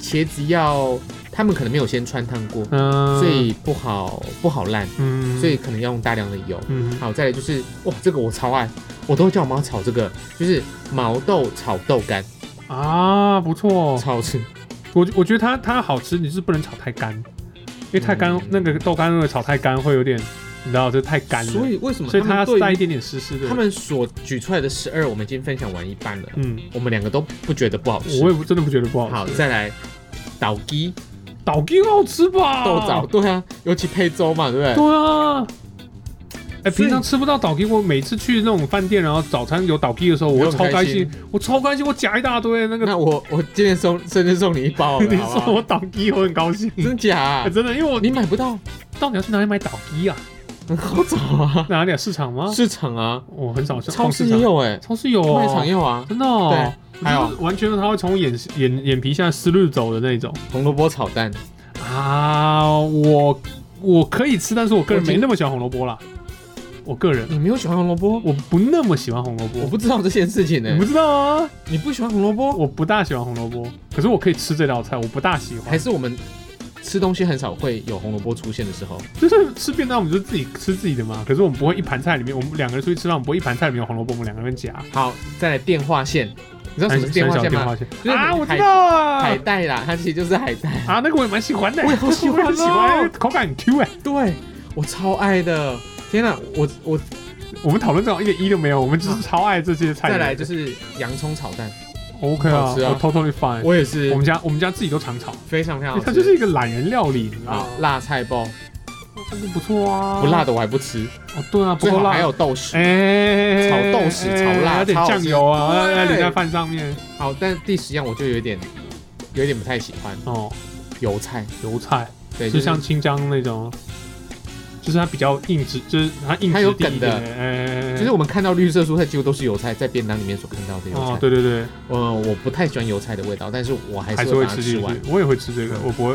[SPEAKER 1] 茄子要他们可能没有先穿烫过，
[SPEAKER 2] 嗯，
[SPEAKER 1] 所以不好不好烂，
[SPEAKER 2] 嗯，
[SPEAKER 1] 所以可能要用大量的油。
[SPEAKER 2] 嗯，
[SPEAKER 1] 好，再来就是哇，这个我超爱，我都会叫我妈炒这个，就是毛豆炒豆干，
[SPEAKER 2] 啊，不错，
[SPEAKER 1] 超好吃。
[SPEAKER 2] 我我觉得它它好吃，你是不能炒太干，因为太干、
[SPEAKER 1] 嗯
[SPEAKER 2] 那个豆干如果炒太干会有点，你知道这太 干了，
[SPEAKER 1] 所以为什么
[SPEAKER 2] 所以它
[SPEAKER 1] 他们
[SPEAKER 2] 要
[SPEAKER 1] 对
[SPEAKER 2] 带一
[SPEAKER 1] 于
[SPEAKER 2] 点点湿湿的。
[SPEAKER 1] 他们所举出来的十二，我们已经分享完一半了，
[SPEAKER 2] 嗯，
[SPEAKER 1] 我们两个都不觉得不好吃
[SPEAKER 2] 我。也不真的不觉得不好
[SPEAKER 1] 好，
[SPEAKER 2] 吃。
[SPEAKER 1] 再来倒鸡
[SPEAKER 2] 倒羹好吃吧？
[SPEAKER 1] 豆枣，对啊，尤其配粥嘛，对不对？
[SPEAKER 2] 哦对啊。哎、
[SPEAKER 1] 所以
[SPEAKER 2] 平常吃不到倒羹，我每次去那种饭店，然后早餐有倒羹的时候，我会
[SPEAKER 1] 你就
[SPEAKER 2] 超
[SPEAKER 1] 很
[SPEAKER 2] 开
[SPEAKER 1] 开
[SPEAKER 2] 心
[SPEAKER 1] 心，
[SPEAKER 2] 我超开心，我夹一大堆那个。
[SPEAKER 1] 那我我今天送生日送你一包啊好了，
[SPEAKER 2] 你
[SPEAKER 1] 好不
[SPEAKER 2] 送
[SPEAKER 1] 好
[SPEAKER 2] 我倒羹，我很高兴。
[SPEAKER 1] 真假啊、
[SPEAKER 2] 哎真的，因为我
[SPEAKER 1] 你买不到，
[SPEAKER 2] 到底要去哪里买倒羹啊？
[SPEAKER 1] 很好找啊，
[SPEAKER 2] 哪里啊？市场吗？
[SPEAKER 1] 市场啊，
[SPEAKER 2] 我很少去
[SPEAKER 1] 超
[SPEAKER 2] 逛
[SPEAKER 1] 市
[SPEAKER 2] 市场
[SPEAKER 1] 也有哎、
[SPEAKER 2] 超市有、哦，
[SPEAKER 1] 卖场也有啊，
[SPEAKER 2] 真的、哦，
[SPEAKER 1] 对
[SPEAKER 2] 我
[SPEAKER 1] 还有
[SPEAKER 2] 就是完全他会从我眼眼眼皮下思路走的那种
[SPEAKER 1] 红萝卜炒蛋，
[SPEAKER 2] 啊，我我可以吃，但是我个人没那么喜欢红萝卜啦，我个人
[SPEAKER 1] 你没有喜欢红萝卜？
[SPEAKER 2] 我不那么喜欢红萝
[SPEAKER 1] 我
[SPEAKER 2] 卜，
[SPEAKER 1] 不知道这件事情呢、欸
[SPEAKER 2] 你不知道啊，
[SPEAKER 1] 你不喜欢红萝卜，
[SPEAKER 2] 我不大喜欢红萝卜，可是我可以吃这道菜，我不大喜欢
[SPEAKER 1] 还，是我们吃东西很少会有红萝卜出现的时候？
[SPEAKER 2] 就是吃便当我们就自己吃自己的嘛，可是我们不会一盘菜里面，我们两个人出去吃饭，我们不会一盘菜里面有红萝卜，我们两个人夹。哎
[SPEAKER 1] 好，再来电话线，你知道什么是电话线
[SPEAKER 2] 电
[SPEAKER 1] 吗？
[SPEAKER 2] 话线
[SPEAKER 1] 就是
[SPEAKER 2] 啊，我
[SPEAKER 1] 海
[SPEAKER 2] 知道啊
[SPEAKER 1] 海，带啦，它其实就是海带。
[SPEAKER 2] 啊，那个我也蛮喜欢的，
[SPEAKER 1] 我也好喜欢哦
[SPEAKER 2] 我很喜欢，口感很 Q 哎。
[SPEAKER 1] 对，我超爱的。天哪、我我
[SPEAKER 2] 我们讨论这种一点一都没有，我们就是超爱这些菜的。
[SPEAKER 1] 再来就是洋葱炒蛋，
[SPEAKER 2] OK 啊，
[SPEAKER 1] 好吃啊
[SPEAKER 2] 我 totally fine。
[SPEAKER 1] 我也是
[SPEAKER 2] 我们家我们家自己都常炒，
[SPEAKER 1] 非常非常好吃。
[SPEAKER 2] 它就是一个懒人料理，你知道
[SPEAKER 1] 啊
[SPEAKER 2] 吗？，
[SPEAKER 1] 辣菜包
[SPEAKER 2] 这个不错啊，
[SPEAKER 1] 不辣的我还不吃，
[SPEAKER 2] 哦，对啊，不
[SPEAKER 1] 最
[SPEAKER 2] 够
[SPEAKER 1] 好
[SPEAKER 2] 辣。
[SPEAKER 1] 还有豆豉。
[SPEAKER 2] 哎，
[SPEAKER 1] 炒豆豉炒辣
[SPEAKER 2] 有点
[SPEAKER 1] 超好
[SPEAKER 2] 酱
[SPEAKER 1] 吃
[SPEAKER 2] 油啊，要
[SPEAKER 1] 对
[SPEAKER 2] 要淋在饭上面。
[SPEAKER 1] 好，但第十样我就有点有点不太喜欢
[SPEAKER 2] 哦，
[SPEAKER 1] 油菜，
[SPEAKER 2] 油菜
[SPEAKER 1] 对，
[SPEAKER 2] 就是像清江那种，就是它比较硬质，就是它硬
[SPEAKER 1] 它
[SPEAKER 2] 质
[SPEAKER 1] 有
[SPEAKER 2] 地一
[SPEAKER 1] 梗的
[SPEAKER 2] 点。哎，
[SPEAKER 1] 就是我们看到绿色蔬菜几乎都是油菜，在便当里面所看到的油
[SPEAKER 2] 哦，
[SPEAKER 1] 菜。
[SPEAKER 2] 对对对，
[SPEAKER 1] 呃，我不太喜欢油菜的味道，但是我还
[SPEAKER 2] 还
[SPEAKER 1] 是
[SPEAKER 2] 是会
[SPEAKER 1] 会把它
[SPEAKER 2] 吃
[SPEAKER 1] 吃
[SPEAKER 2] 进
[SPEAKER 1] 完
[SPEAKER 2] 去。。我也会吃这个，我不会，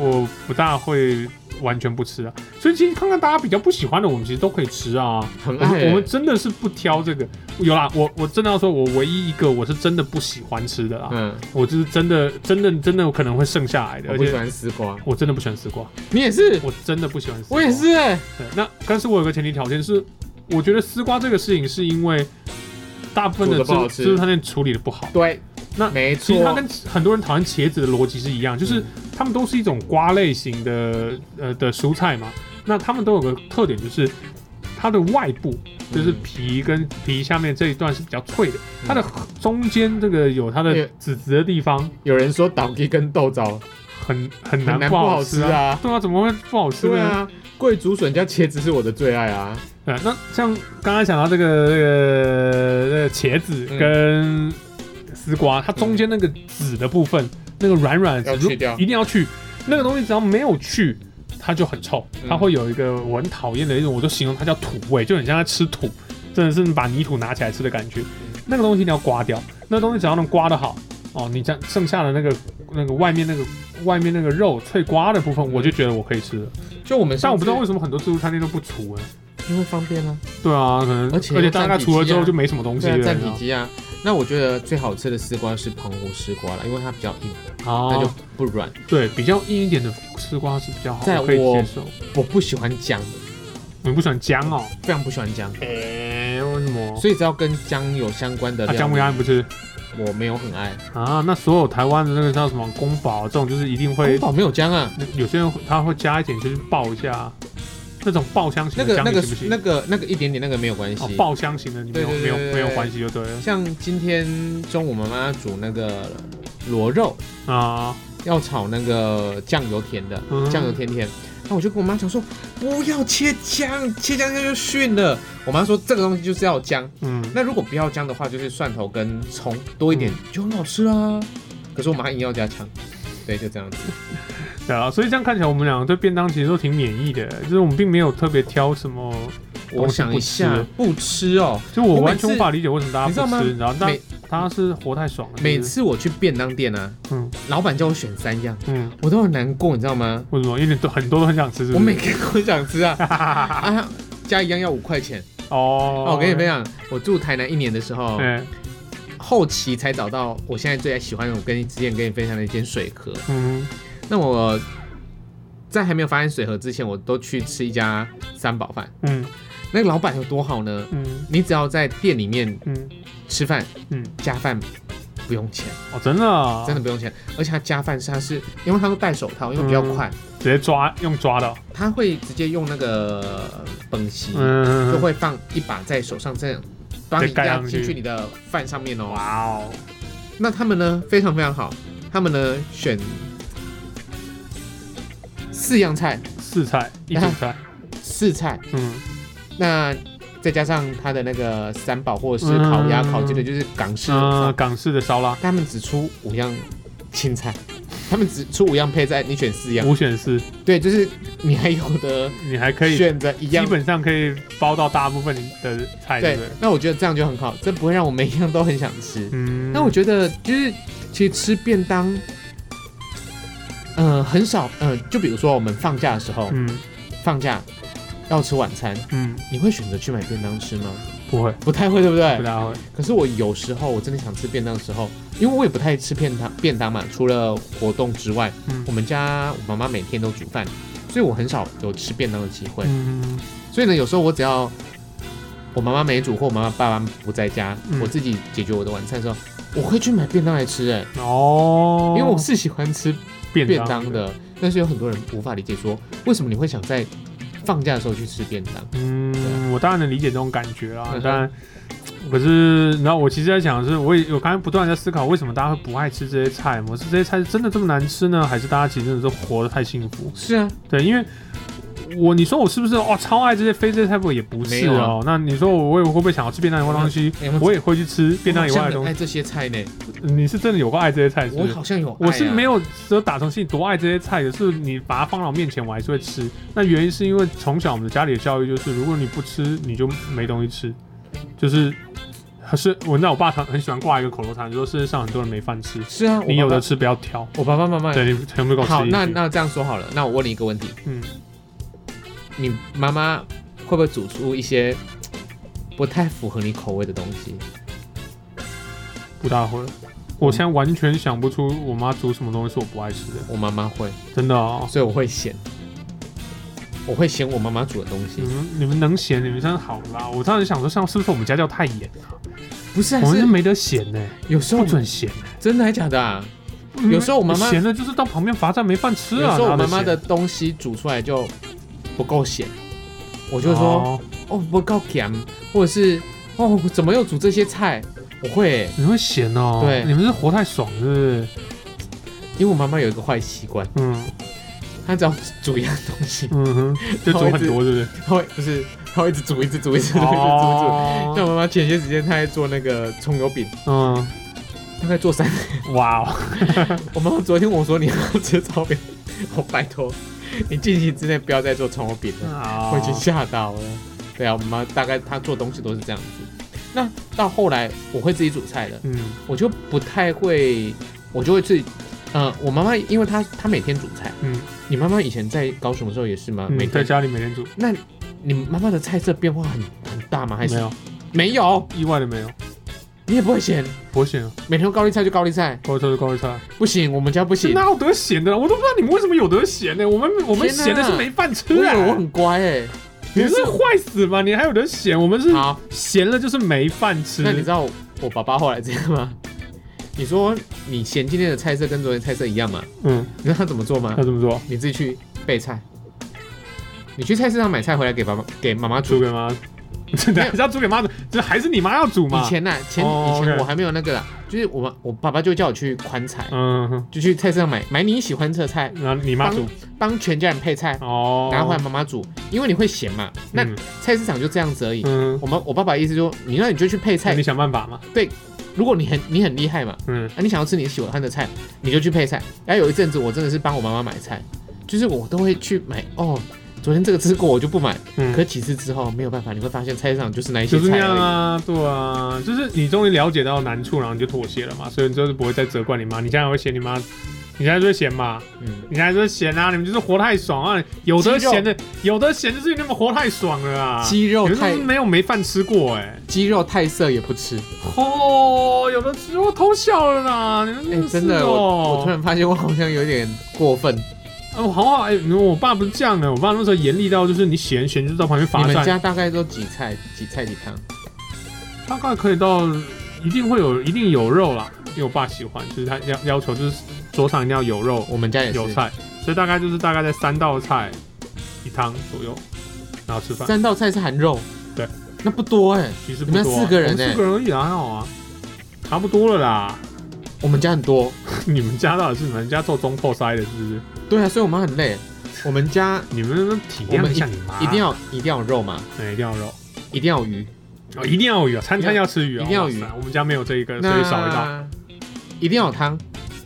[SPEAKER 2] 我我不大会完全不吃啊。所以其实看看大家比较不喜欢的，我们其实都可以吃啊。
[SPEAKER 1] 很
[SPEAKER 2] 我
[SPEAKER 1] 爱、
[SPEAKER 2] 们我
[SPEAKER 1] 欸
[SPEAKER 2] 们，真的是不挑这个，有啦，我我真的要说，我唯一一个我是真的不喜欢吃的啦，啊
[SPEAKER 1] 嗯，
[SPEAKER 2] 我就是真的真的真的有可能会剩下来的，
[SPEAKER 1] 我
[SPEAKER 2] 而
[SPEAKER 1] 不喜
[SPEAKER 2] 且
[SPEAKER 1] 欢丝瓜，
[SPEAKER 2] 我真的不喜欢丝瓜，
[SPEAKER 1] 你也是，
[SPEAKER 2] 我真的不喜欢丝瓜，
[SPEAKER 1] 我也。是、欸，
[SPEAKER 2] 对，那但是我有个前提条件是，我觉得丝瓜这个事情是因为大部分的
[SPEAKER 1] 煮得不好
[SPEAKER 2] 自
[SPEAKER 1] 吃
[SPEAKER 2] 助餐店处理的不好，
[SPEAKER 1] 对，
[SPEAKER 2] 那
[SPEAKER 1] 没
[SPEAKER 2] 其
[SPEAKER 1] 错
[SPEAKER 2] 实，它跟很多人讨厌茄子的逻辑是一样，就是
[SPEAKER 1] 嗯
[SPEAKER 2] 它们都是一种瓜类型的呃的蔬菜嘛。那它们都有个特点，就是它的外部就是
[SPEAKER 1] 嗯
[SPEAKER 2] 皮跟皮下面这一段是比较脆的，它的中间这个有它的
[SPEAKER 1] 对
[SPEAKER 2] 籽籽的地方
[SPEAKER 1] 有人说倒鸡跟豆枣
[SPEAKER 2] 很很
[SPEAKER 1] 很
[SPEAKER 2] 难
[SPEAKER 1] 难
[SPEAKER 2] 不
[SPEAKER 1] 不好
[SPEAKER 2] 好
[SPEAKER 1] 吃
[SPEAKER 2] 吃。
[SPEAKER 1] 啊，
[SPEAKER 2] 对啊，怎么会不好吃
[SPEAKER 1] 对
[SPEAKER 2] 呢？
[SPEAKER 1] 啊，贵竹笋加茄子是我的最爱啊，
[SPEAKER 2] 对啊，那像刚刚讲到这个这个这个茄子
[SPEAKER 1] 嗯
[SPEAKER 2] 跟丝瓜，它中间那个籽的部分，那个软软的
[SPEAKER 1] 要
[SPEAKER 2] 籽
[SPEAKER 1] 去掉
[SPEAKER 2] 一定要去。那个东西只要没有去，它就很臭，
[SPEAKER 1] 嗯
[SPEAKER 2] 它会有一个我很讨厌的一种，我都形容它叫土味，就很像在吃土，真的是把泥土拿起来吃的感觉。那个东西一定要刮掉，那个东西只要能刮得好，哦，你这剩下的那个那个外面那个外面那个肉脆刮的部分，我就觉得我可以吃了。
[SPEAKER 1] 就我们
[SPEAKER 2] 但
[SPEAKER 1] 上
[SPEAKER 2] 我不知道
[SPEAKER 1] 次
[SPEAKER 2] 为什么很多自助餐店都不除哎、
[SPEAKER 1] 因为方便啊。
[SPEAKER 2] 对啊，可能
[SPEAKER 1] 而且
[SPEAKER 2] 而且
[SPEAKER 1] 又
[SPEAKER 2] 大家
[SPEAKER 1] 占
[SPEAKER 2] 除
[SPEAKER 1] 体
[SPEAKER 2] 了
[SPEAKER 1] 积
[SPEAKER 2] 之
[SPEAKER 1] 啊
[SPEAKER 2] 后就没什么东西
[SPEAKER 1] 对啊，
[SPEAKER 2] 了，
[SPEAKER 1] 占
[SPEAKER 2] 你知
[SPEAKER 1] 体
[SPEAKER 2] 道
[SPEAKER 1] 积啊。那我觉得最好吃的丝瓜是澎湖丝瓜了，因为它比较硬，它就
[SPEAKER 2] 哦，
[SPEAKER 1] 不软。
[SPEAKER 2] 对，比较硬一点的丝瓜是比较好，
[SPEAKER 1] 在
[SPEAKER 2] 我可以
[SPEAKER 1] 我
[SPEAKER 2] 接受。
[SPEAKER 1] 我不喜欢姜，
[SPEAKER 2] 你不喜欢姜哦？
[SPEAKER 1] 非常不喜欢姜，
[SPEAKER 2] 诶、为什么？
[SPEAKER 1] 所以只要跟姜有相关的
[SPEAKER 2] 哦啊，姜
[SPEAKER 1] 料
[SPEAKER 2] 母
[SPEAKER 1] 理，
[SPEAKER 2] 鸭你不吃
[SPEAKER 1] 我没有很爱。
[SPEAKER 2] 啊？那所有台湾的那个叫什么宫保啊这种，就是一定
[SPEAKER 1] 宫，
[SPEAKER 2] 会
[SPEAKER 1] 保没有姜啊，
[SPEAKER 2] 那有些人会他会加一点，就是爆一下那种爆香型
[SPEAKER 1] 那
[SPEAKER 2] 的
[SPEAKER 1] 个
[SPEAKER 2] 姜，
[SPEAKER 1] 那个
[SPEAKER 2] 你行不行？
[SPEAKER 1] 那个那个一点点那个没有关
[SPEAKER 2] 哦
[SPEAKER 1] 系，。
[SPEAKER 2] 爆香型的你没有
[SPEAKER 1] 对
[SPEAKER 2] 没
[SPEAKER 1] 对
[SPEAKER 2] 有
[SPEAKER 1] 对对
[SPEAKER 2] 没有
[SPEAKER 1] 对
[SPEAKER 2] 关系就对了
[SPEAKER 1] 像今天中午妈妈煮那个螺肉，
[SPEAKER 2] 啊。
[SPEAKER 1] 要炒那个酱油甜的
[SPEAKER 2] 嗯，
[SPEAKER 1] 酱油甜甜。那我就跟我妈讲说，不要切姜，切姜它就逊了。我妈说这个东西就是要姜。
[SPEAKER 2] 嗯，
[SPEAKER 1] 那如果不要姜的话，就是蒜头跟葱多一点、
[SPEAKER 2] 嗯
[SPEAKER 1] 就很好吃啦。可是我妈硬要加姜，对，就这样子。
[SPEAKER 2] 对啊，所以这样看起来，我们两个对便当其实都挺免疫的，就是我们并没有特别挑什么。
[SPEAKER 1] 我想一下，不吃哦。
[SPEAKER 2] 就我
[SPEAKER 1] 我每
[SPEAKER 2] 完全
[SPEAKER 1] 次
[SPEAKER 2] 无法理解为什么大
[SPEAKER 1] 你知
[SPEAKER 2] 家
[SPEAKER 1] 道
[SPEAKER 2] 不
[SPEAKER 1] 吗
[SPEAKER 2] 吃，然后但
[SPEAKER 1] 每
[SPEAKER 2] 他是活太爽了。
[SPEAKER 1] 每
[SPEAKER 2] 就是
[SPEAKER 1] 次我去便当店啊，
[SPEAKER 2] 嗯
[SPEAKER 1] 老板叫我选三样，
[SPEAKER 2] 嗯，
[SPEAKER 1] 我都很难过，你知道吗？
[SPEAKER 2] 为什么？因为都很多都很想吃，是不是
[SPEAKER 1] 我每个都想 吃啊啊，加一样要五块钱。
[SPEAKER 2] 哦
[SPEAKER 1] 哦，我跟你分享，我住台南一年的时候，
[SPEAKER 2] 哎
[SPEAKER 1] 后期才找到我现在最喜欢的，我跟你之前跟你分享的一间水河。
[SPEAKER 2] 嗯
[SPEAKER 1] 那我在还没有发现水河之前，我都去吃一家三宝饭。
[SPEAKER 2] 嗯
[SPEAKER 1] 那个老板有多好呢？
[SPEAKER 2] 嗯
[SPEAKER 1] 你只要在店里面
[SPEAKER 2] 嗯
[SPEAKER 1] 吃饭
[SPEAKER 2] 嗯，
[SPEAKER 1] 加饭，不用钱，
[SPEAKER 2] 哦，真的啊
[SPEAKER 1] 真的不用钱。而且他加饭是他是因为他都戴手套，因为比较快，
[SPEAKER 2] 直接抓用抓的哦，
[SPEAKER 1] 他会直接用那个呃本席，就
[SPEAKER 2] 嗯，
[SPEAKER 1] 会放一把在手上这样。帮你
[SPEAKER 2] 再盖
[SPEAKER 1] 压
[SPEAKER 2] 上去
[SPEAKER 1] 进去你的饭上面哦。
[SPEAKER 2] 哇哦，
[SPEAKER 1] 那他们呢非常非常好，他们呢选四样菜，
[SPEAKER 2] 四菜一
[SPEAKER 1] 哎
[SPEAKER 2] 主菜，
[SPEAKER 1] 四菜，
[SPEAKER 2] 嗯
[SPEAKER 1] 那再加上他的那个三宝或者是烤鸭、
[SPEAKER 2] 嗯
[SPEAKER 1] 烤鸡的，就是港式，
[SPEAKER 2] 嗯，港式的烧腊
[SPEAKER 1] 他们只出五样青菜，他们只出五样配菜，你选四 样，
[SPEAKER 2] 五选四，
[SPEAKER 1] 对，就是你还有的
[SPEAKER 2] 你还可以
[SPEAKER 1] 选择一
[SPEAKER 2] 基
[SPEAKER 1] 样。
[SPEAKER 2] 本上可以包到大部分的菜，
[SPEAKER 1] 对
[SPEAKER 2] 对不对？，
[SPEAKER 1] 那我觉得这样就很好，这不会让我每一样都很想吃。
[SPEAKER 2] 嗯，
[SPEAKER 1] 那我觉得就是其实吃便当，呃，很少，呃，就比如说我们放假的时候，
[SPEAKER 2] 嗯
[SPEAKER 1] 放假要吃晚餐，
[SPEAKER 2] 嗯
[SPEAKER 1] 你会选择去买便当吃吗？
[SPEAKER 2] 不会，
[SPEAKER 1] 不太会，对不对？
[SPEAKER 2] 不大会，
[SPEAKER 1] 可是我有时候我真的想吃便当的时候，因为我也不太吃便当便当嘛，除了活动之外，
[SPEAKER 2] 嗯
[SPEAKER 1] 我们家我妈妈每天都煮饭，所以我很少有吃便当的机会。
[SPEAKER 2] 嗯
[SPEAKER 1] 所以呢，有时候我只要我妈妈没煮或我妈妈爸爸不在家，
[SPEAKER 2] 嗯
[SPEAKER 1] 我自己解决我的晚餐的时候，我会去买便当来吃、哎，
[SPEAKER 2] 哦，
[SPEAKER 1] 因为我是喜欢吃
[SPEAKER 2] 便
[SPEAKER 1] 便当，的，但是有很多人无法理解说，为什么你会想在放假的时候去吃便当？
[SPEAKER 2] 嗯，我当然能理解这种感觉啦
[SPEAKER 1] 啊嗯，哼
[SPEAKER 2] 但可是，然后我其实在想的是，我也我刚才不断地在思考，为什么大家会不爱吃这些菜？我是这些菜是真的这么难吃呢，还是大家其实真的是活得太幸福？
[SPEAKER 1] 是啊，
[SPEAKER 2] 对，因为我你说我是不是哦超爱这些非这些菜谱也不
[SPEAKER 1] 没
[SPEAKER 2] 是
[SPEAKER 1] 有
[SPEAKER 2] 哦
[SPEAKER 1] 啊。
[SPEAKER 2] 那你说我我也会不会想要吃便当以外的东西
[SPEAKER 1] 嗯？
[SPEAKER 2] 我也会去吃便当以外的
[SPEAKER 1] 我好像
[SPEAKER 2] 东
[SPEAKER 1] 很爱
[SPEAKER 2] 西。
[SPEAKER 1] 这些菜呢，
[SPEAKER 2] 你是真的有过爱这些菜是
[SPEAKER 1] 我
[SPEAKER 2] 不是？
[SPEAKER 1] 好像有、啊，
[SPEAKER 2] 我是没。有说打从心里多爱这些菜，可是你把它放到我面前，我还是会吃。那原因是因为从小我们的家里的教育就是，如果你不吃，你就没东西吃。就是，还是我那我爸常很喜欢挂一个口头禅，就说世界上很多人没饭吃，
[SPEAKER 1] 是啊，
[SPEAKER 2] 你有
[SPEAKER 1] 我爸
[SPEAKER 2] 的
[SPEAKER 1] 爸
[SPEAKER 2] 吃不要挑。
[SPEAKER 1] 我爸爸妈妈
[SPEAKER 2] 对，你全部给我吃
[SPEAKER 1] 好，
[SPEAKER 2] 进去
[SPEAKER 1] 那那这样说好了，那我问你一个问题，
[SPEAKER 2] 嗯，
[SPEAKER 1] 你妈妈会不会煮出一些嘖不太符合你口味的东西？
[SPEAKER 2] 不大会。我现在完全想不出我妈煮什么东西是我不爱吃的，
[SPEAKER 1] 我妈妈会，
[SPEAKER 2] 真的哦。
[SPEAKER 1] 所以我会嫌，我会嫌我妈妈煮的东西
[SPEAKER 2] 你。们你们能咸，你们真的好啦！我当时想说，像是不是我们家教太严了？
[SPEAKER 1] 不是啊，
[SPEAKER 2] 我们
[SPEAKER 1] 是
[SPEAKER 2] 就没得咸呢、
[SPEAKER 1] 有时候
[SPEAKER 2] 不准咸、欸。
[SPEAKER 1] 真的还假的啊？
[SPEAKER 2] 嗯
[SPEAKER 1] 有时候我妈妈
[SPEAKER 2] 闲了就是到旁边罚站没饭吃
[SPEAKER 1] 有
[SPEAKER 2] 啊。
[SPEAKER 1] 时候我
[SPEAKER 2] 哪
[SPEAKER 1] 妈
[SPEAKER 2] 得
[SPEAKER 1] 妈的
[SPEAKER 2] 闲
[SPEAKER 1] 东西煮出来就不够咸，我就说
[SPEAKER 2] 哦
[SPEAKER 1] 哦不够甜，或者是哦怎么又煮这些菜？我会欸，
[SPEAKER 2] 你会闲哦，
[SPEAKER 1] 对
[SPEAKER 2] 你们是活太爽是不是？
[SPEAKER 1] 因为我妈妈有一个坏习惯，
[SPEAKER 2] 嗯
[SPEAKER 1] 她只要煮一样东西，
[SPEAKER 2] 嗯哼，就煮很多是不是？
[SPEAKER 1] 她会不是她会一直煮，一直煮，一直煮，一直煮，一直煮。像
[SPEAKER 2] 哦，
[SPEAKER 1] 我妈妈前些时间她在做那个葱油饼，
[SPEAKER 2] 嗯，
[SPEAKER 1] 大概做三。
[SPEAKER 2] 哇哦，
[SPEAKER 1] 我妈妈昨天问我说你要吃葱油饼，我拜托你近期之内不要再做葱油饼了。
[SPEAKER 2] 哦
[SPEAKER 1] 我已经吓到了。对啊，我妈大概她做东西都是这样子。那到后来我会自己煮菜了，
[SPEAKER 2] 嗯
[SPEAKER 1] 我就不太会，我就会自己。呃，我妈妈因为她她每天煮菜，
[SPEAKER 2] 嗯
[SPEAKER 1] 你妈妈以前在高雄的时候也是吗？每
[SPEAKER 2] 嗯，在
[SPEAKER 1] 天。
[SPEAKER 2] 家里每天煮，
[SPEAKER 1] 那你妈妈的菜色变化很很大吗？还
[SPEAKER 2] 没
[SPEAKER 1] 是
[SPEAKER 2] 有
[SPEAKER 1] 没有？
[SPEAKER 2] 意外的没有，
[SPEAKER 1] 你也不会咸，
[SPEAKER 2] 我选啊，
[SPEAKER 1] 每天都高丽菜就高丽菜，
[SPEAKER 2] 高丽菜就高丽菜，
[SPEAKER 1] 不行，我们家不
[SPEAKER 2] 这
[SPEAKER 1] 行。
[SPEAKER 2] 哪有得咸的啦？我都不知道你们为什么有得咸呢、我们我们
[SPEAKER 1] 天哪
[SPEAKER 2] 咸的是没饭吃
[SPEAKER 1] 我以
[SPEAKER 2] 啊！
[SPEAKER 1] 为我很乖哎、
[SPEAKER 2] 你是坏死吧？你还有得咸？我们是
[SPEAKER 1] 好，
[SPEAKER 2] 咸了就是没饭吃。
[SPEAKER 1] 那你知道我我爸爸后来这样吗？ 你说你嫌今天的菜色跟昨天的菜色一样嘛？
[SPEAKER 2] 嗯，
[SPEAKER 1] 你知道他怎么做吗
[SPEAKER 2] 他？怎么做？
[SPEAKER 1] 你自己去备菜，你去菜市场买菜回来给爸爸给妈妈
[SPEAKER 2] 煮
[SPEAKER 1] 煮。
[SPEAKER 2] 给妈， 真的是要煮给妈煮，这还是你妈要煮
[SPEAKER 1] 以
[SPEAKER 2] 嘛？
[SPEAKER 1] 前呢、前
[SPEAKER 2] 哦
[SPEAKER 1] 以前
[SPEAKER 2] OK
[SPEAKER 1] 我还没有那个啦，啊就是我妈我爸爸就叫我去宽菜，
[SPEAKER 2] 嗯，哼
[SPEAKER 1] 就去菜市场买买你喜欢吃的菜，
[SPEAKER 2] 然后你妈煮
[SPEAKER 1] 帮全家人配菜，
[SPEAKER 2] 哦，
[SPEAKER 1] 拿回来妈妈煮，因为你会咸嘛。那
[SPEAKER 2] 嗯
[SPEAKER 1] 菜市场就这样子而已。
[SPEAKER 2] 嗯，
[SPEAKER 1] 我们我爸爸的意思就是说，你那你就去配
[SPEAKER 2] 那
[SPEAKER 1] 菜
[SPEAKER 2] 你，想办法嘛，
[SPEAKER 1] 如果你很你很厉害嘛，
[SPEAKER 2] 嗯，
[SPEAKER 1] 啊，你想要吃你喜欢的菜，你就去配菜。然后有一阵子我真的是帮我妈妈买菜，就是我都会去买哦。昨天这个吃过我就不买，
[SPEAKER 2] 嗯
[SPEAKER 1] 可几次之后没有办法，你会发现菜市场就是那一些
[SPEAKER 2] 就是那
[SPEAKER 1] 菜
[SPEAKER 2] 样
[SPEAKER 1] 而已。
[SPEAKER 2] 啊，对啊，就是你终于了解到难处，然后你就妥协了嘛，所以你就是不会再责怪你妈，你现在会嫌你妈，你现在就会嫌嘛，
[SPEAKER 1] 嗯，
[SPEAKER 2] 你现在就会嫌啊，你们就是活太爽啊，有的
[SPEAKER 1] 鸡肉
[SPEAKER 2] 嫌的，有的嫌就是你们活太爽了啊，
[SPEAKER 1] 鸡肉
[SPEAKER 2] 有的
[SPEAKER 1] 太
[SPEAKER 2] 没有没饭吃过哎、
[SPEAKER 1] 鸡肉太涩也不吃。
[SPEAKER 2] 哦，有的吃我偷笑了啦！你们
[SPEAKER 1] 哎、
[SPEAKER 2] 真的是
[SPEAKER 1] 真的，我
[SPEAKER 2] 哦
[SPEAKER 1] 我突然发现我好像有点过分。
[SPEAKER 2] 啊我好好哎、我爸不是这样的，我爸那时候严厉到就是你咸咸就到旁边
[SPEAKER 1] 你
[SPEAKER 2] 罚
[SPEAKER 1] 们
[SPEAKER 2] 站，
[SPEAKER 1] 家大概都几菜几菜几汤？
[SPEAKER 2] 大概可以到一定会有一定有肉啦，因为我爸喜欢，就是他要要求就是桌上一定要有肉
[SPEAKER 1] 我们家也是
[SPEAKER 2] 有菜，所以大概就是大概在三道菜一汤左右，然后吃饭。
[SPEAKER 1] 三道菜是含肉，
[SPEAKER 2] 对，
[SPEAKER 1] 那不多哎、
[SPEAKER 2] 其实不多啊、
[SPEAKER 1] 你们四个人
[SPEAKER 2] 我们
[SPEAKER 1] 欸
[SPEAKER 2] 四个人而已啊，还好啊，差不多了啦。
[SPEAKER 1] 我们家很多。
[SPEAKER 2] 你们家到底是你们家做中破塞的，是不是？
[SPEAKER 1] 对啊，所以我妈很累。我们家
[SPEAKER 2] 你们体
[SPEAKER 1] 我
[SPEAKER 2] 谅
[SPEAKER 1] 们
[SPEAKER 2] 一下你妈，
[SPEAKER 1] 一定要一定要有肉嘛，
[SPEAKER 2] 对，一定要有肉。
[SPEAKER 1] 一定要有鱼，
[SPEAKER 2] 哦，一定要有鱼啊，餐餐要吃鱼啊，
[SPEAKER 1] 一定要
[SPEAKER 2] 哇塞
[SPEAKER 1] 鱼
[SPEAKER 2] 我们家没有这一个，所以少一道。
[SPEAKER 1] 那一定要有汤。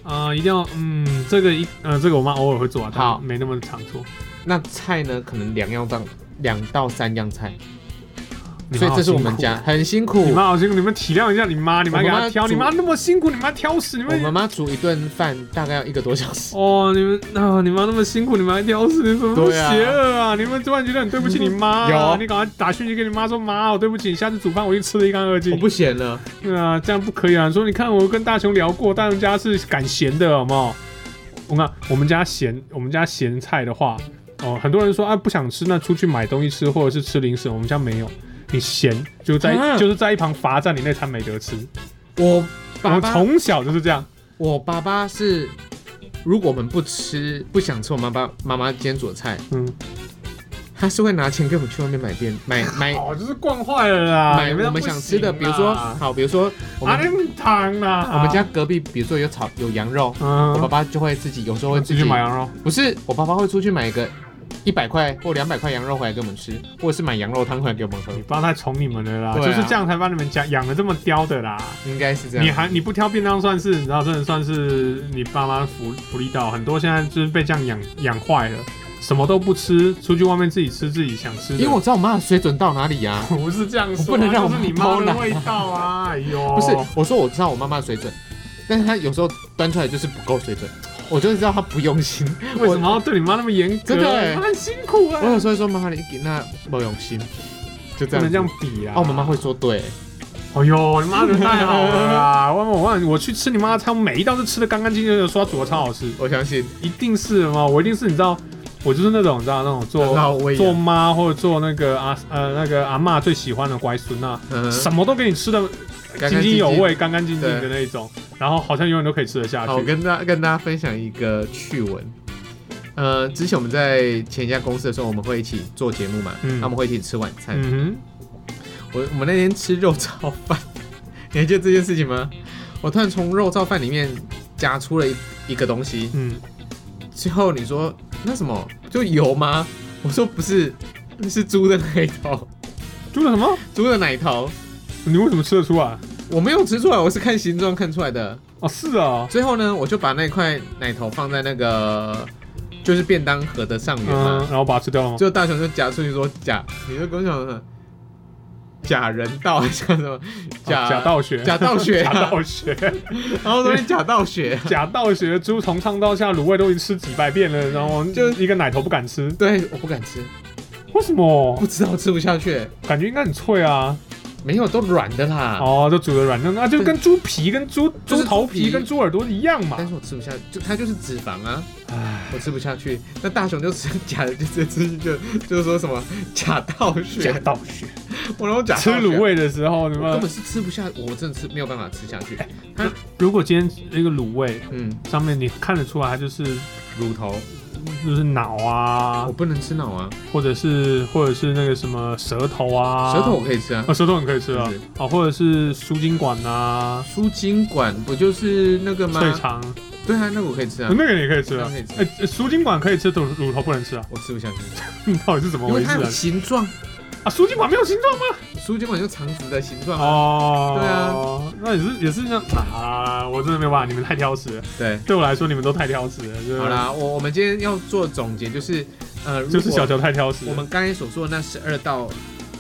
[SPEAKER 2] 啊、一定要，嗯，这个一，呃，这个我妈偶尔会做啊，但
[SPEAKER 1] 好
[SPEAKER 2] 没那么常做。
[SPEAKER 1] 那菜呢，可能两样到两到三样菜，
[SPEAKER 2] 你妈
[SPEAKER 1] 所以
[SPEAKER 2] 好
[SPEAKER 1] 这是我们
[SPEAKER 2] 辛苦
[SPEAKER 1] 家。很辛
[SPEAKER 2] 你
[SPEAKER 1] 苦。
[SPEAKER 2] 妈好辛苦，你们体谅一下你妈，你妈
[SPEAKER 1] 我
[SPEAKER 2] 给
[SPEAKER 1] 妈
[SPEAKER 2] 她挑，
[SPEAKER 1] 煮
[SPEAKER 2] 你妈那么辛苦，你妈挑死你
[SPEAKER 1] 我
[SPEAKER 2] 们。
[SPEAKER 1] 妈妈煮一顿饭大概要一个多小时。
[SPEAKER 2] 哦，你们啊，你妈那么辛苦，你们还挑死，你怎么那么
[SPEAKER 1] 对啊
[SPEAKER 2] 邪恶啊？你们突然觉得很对不起你妈、啊，
[SPEAKER 1] 有
[SPEAKER 2] 你赶快打讯息给你妈说，妈，我对不起，下次煮饭我就吃的一干二净
[SPEAKER 1] 我。不咸了，
[SPEAKER 2] 对啊，这样不可以啊！说你看，我跟大雄聊过，大雄家是敢咸的，好不好？我看我们家咸，我们家咸菜的话，哦、很多人说啊不想吃，那出去买东西吃或者是吃零食，我们家没有。你咸就在、
[SPEAKER 1] 啊
[SPEAKER 2] 就是在一旁罚站，你那餐没得吃。
[SPEAKER 1] 我
[SPEAKER 2] 我
[SPEAKER 1] 爸
[SPEAKER 2] 们
[SPEAKER 1] 爸
[SPEAKER 2] 从小就是这样，
[SPEAKER 1] 我爸爸是，如果我们不吃不想吃我妈爸妈妈今天煮的菜，
[SPEAKER 2] 嗯，
[SPEAKER 1] 他是会拿钱给我们去外面买便 买买
[SPEAKER 2] 哦，就是惯坏了啦。
[SPEAKER 1] 哎买
[SPEAKER 2] 啊你这
[SPEAKER 1] 我们
[SPEAKER 2] 样不
[SPEAKER 1] 想
[SPEAKER 2] 行
[SPEAKER 1] 吃的，
[SPEAKER 2] 啦
[SPEAKER 1] 比如说
[SPEAKER 2] 啊，
[SPEAKER 1] 好，比如说我们、
[SPEAKER 2] 那么烫啦，
[SPEAKER 1] 我们家隔壁，比如说有炒有羊肉，
[SPEAKER 2] 嗯，
[SPEAKER 1] 我爸爸就会自己有时候会自
[SPEAKER 2] 自
[SPEAKER 1] 己
[SPEAKER 2] 己买啊羊肉，
[SPEAKER 1] 不是我爸爸会出去买个一百块或两百块羊肉回来给我们吃，或者是买羊肉汤回来给我们喝
[SPEAKER 2] 你，爸太宠你们了啦，
[SPEAKER 1] 对啊
[SPEAKER 2] 就是这样才把你们家养的这么刁的啦。
[SPEAKER 1] 应该是这
[SPEAKER 2] 你
[SPEAKER 1] 样。
[SPEAKER 2] 还你不挑便当算是，你知道，真的算是你爸妈福福利到，很多现在就是被这样养养坏了，什么都不吃，出去外面自己吃自己想吃的。
[SPEAKER 1] 因为我知道我妈的水准到哪里啊，
[SPEAKER 2] 不是这样说啊，
[SPEAKER 1] 我不能让
[SPEAKER 2] 就
[SPEAKER 1] 我
[SPEAKER 2] 是
[SPEAKER 1] 妈
[SPEAKER 2] 你妈
[SPEAKER 1] 偷
[SPEAKER 2] 的
[SPEAKER 1] 懒啊
[SPEAKER 2] 味道啊！哎呦，
[SPEAKER 1] 不是我说我知道我妈妈的水准，但是她有时候端出来就是不够水准，我就知道她不用 心。
[SPEAKER 2] 为什么要对你妈那么严格？
[SPEAKER 1] 真的欸
[SPEAKER 2] 她很辛苦啊
[SPEAKER 1] 我，有时候会说妈妈你给那没用心，就这样
[SPEAKER 2] 不能
[SPEAKER 1] 子。
[SPEAKER 2] 这样比啊！
[SPEAKER 1] 哦，我妈妈会说对，
[SPEAKER 2] 哎呦，你妈人太好了啦！我我我我去吃你妈的餐，我每一道都吃的干干净净的，说她煮的超好吃，
[SPEAKER 1] 我相信
[SPEAKER 2] 一定是嘛，我一定是你知道，我就是那种你知道那种做
[SPEAKER 1] 老我
[SPEAKER 2] 做妈或者做那个阿呃那个阿嬷最喜欢的乖孙啊，
[SPEAKER 1] 嗯
[SPEAKER 2] 什么都给你吃的
[SPEAKER 1] 干干
[SPEAKER 2] 津津
[SPEAKER 1] 净
[SPEAKER 2] 有
[SPEAKER 1] 净
[SPEAKER 2] 味、干干净净的那一种，然后好像永远都可以吃得下
[SPEAKER 1] 好，我
[SPEAKER 2] 去。
[SPEAKER 1] 跟大跟大家分享一个趣闻。呃，之前我们在前一家公司的时候，我们会一起做节目嘛，
[SPEAKER 2] 嗯
[SPEAKER 1] 那我们会一起吃晚餐。
[SPEAKER 2] 嗯
[SPEAKER 1] 我我们那天吃肉燥饭， 你还记得这件事情吗？我突然从肉燥饭里面夹出了一一个东西
[SPEAKER 2] 哼，，嗯，
[SPEAKER 1] 之后你说那什么就油吗？我说不是，那是猪的奶头，
[SPEAKER 2] 猪的什么？
[SPEAKER 1] 猪的奶头，
[SPEAKER 2] 你为什么吃得出来？
[SPEAKER 1] 我没有吃出来，我是看形状看出来的。
[SPEAKER 2] 哦，是啊，
[SPEAKER 1] 最后呢，我就把那块奶头放在那个就是便当盒的上
[SPEAKER 2] 嗯，
[SPEAKER 1] 缘嘛，
[SPEAKER 2] 然后把它吃掉了吗？
[SPEAKER 1] 啊就大雄就夹出去说假，你就跟我讲什么假人道 还是什么假、
[SPEAKER 2] 哦假道学，
[SPEAKER 1] 假道学
[SPEAKER 2] 假
[SPEAKER 1] 啊、
[SPEAKER 2] 道 学，
[SPEAKER 1] 然后说你假道学，
[SPEAKER 2] 假道学，猪从上到下卤味都已经吃几百遍了，然后就
[SPEAKER 1] 就
[SPEAKER 2] 一个奶头不敢吃，
[SPEAKER 1] 对，我不敢吃，
[SPEAKER 2] 为什么
[SPEAKER 1] 不？知道吃不下去，
[SPEAKER 2] 感觉应该很脆啊。
[SPEAKER 1] 没有都软的啦。
[SPEAKER 2] 哦，就煮的软嫩啊，就跟猪皮、跟猪
[SPEAKER 1] 就
[SPEAKER 2] 猪
[SPEAKER 1] 是
[SPEAKER 2] 头
[SPEAKER 1] 猪皮
[SPEAKER 2] 皮、跟猪耳朵一样嘛
[SPEAKER 1] 但。是我吃不下，就它就是脂肪啊，
[SPEAKER 2] 唉，
[SPEAKER 1] 我吃不下去。那大雄就吃 假的，就直接吃就就是说什么假道
[SPEAKER 2] 假
[SPEAKER 1] 学，
[SPEAKER 2] 道学，
[SPEAKER 1] 我然后假道
[SPEAKER 2] 吃
[SPEAKER 1] 学
[SPEAKER 2] 卤，味的时候，你
[SPEAKER 1] 我根
[SPEAKER 2] 们
[SPEAKER 1] 本是吃不下，我真的吃没有办法吃下去。
[SPEAKER 2] 如果今天一个卤味
[SPEAKER 1] 嗯，
[SPEAKER 2] 上面你看得出来，它就是
[SPEAKER 1] 乳头
[SPEAKER 2] 就是脑啊
[SPEAKER 1] 我，不能吃脑啊，
[SPEAKER 2] 或者是或者是那个什么舌头啊，
[SPEAKER 1] 舌头我可以吃啊
[SPEAKER 2] 啊，。舌头你可以吃啊
[SPEAKER 1] 是不，
[SPEAKER 2] 啊，或者是输精管啊，
[SPEAKER 1] 输精管不就是那个吗？
[SPEAKER 2] 脆肠，
[SPEAKER 1] 对啊，那个我可以吃啊
[SPEAKER 2] 那，个你也可以吃
[SPEAKER 1] 那
[SPEAKER 2] 啊
[SPEAKER 1] 可以。吃
[SPEAKER 2] 哎，哎输精管可以吃，乳乳头不能吃啊？
[SPEAKER 1] 我吃不下去，
[SPEAKER 2] 你到底是怎么
[SPEAKER 1] 因
[SPEAKER 2] 回
[SPEAKER 1] 为
[SPEAKER 2] 事
[SPEAKER 1] 它有
[SPEAKER 2] 啊？
[SPEAKER 1] 形状，
[SPEAKER 2] 啊，输精管没有形状吗？
[SPEAKER 1] 输精管就肠子的形状啊。
[SPEAKER 2] 哦，对啊，那也是也是这样啊，我真的没有办法，你们太挑食了。
[SPEAKER 1] 对，啊
[SPEAKER 2] 对我来说，你们都太挑食了。真的
[SPEAKER 1] 好，啦，我我们今天要做总结，就是呃，如
[SPEAKER 2] 就是
[SPEAKER 1] 果
[SPEAKER 2] 小乔太挑食了。
[SPEAKER 1] 我们刚才所说的那十二道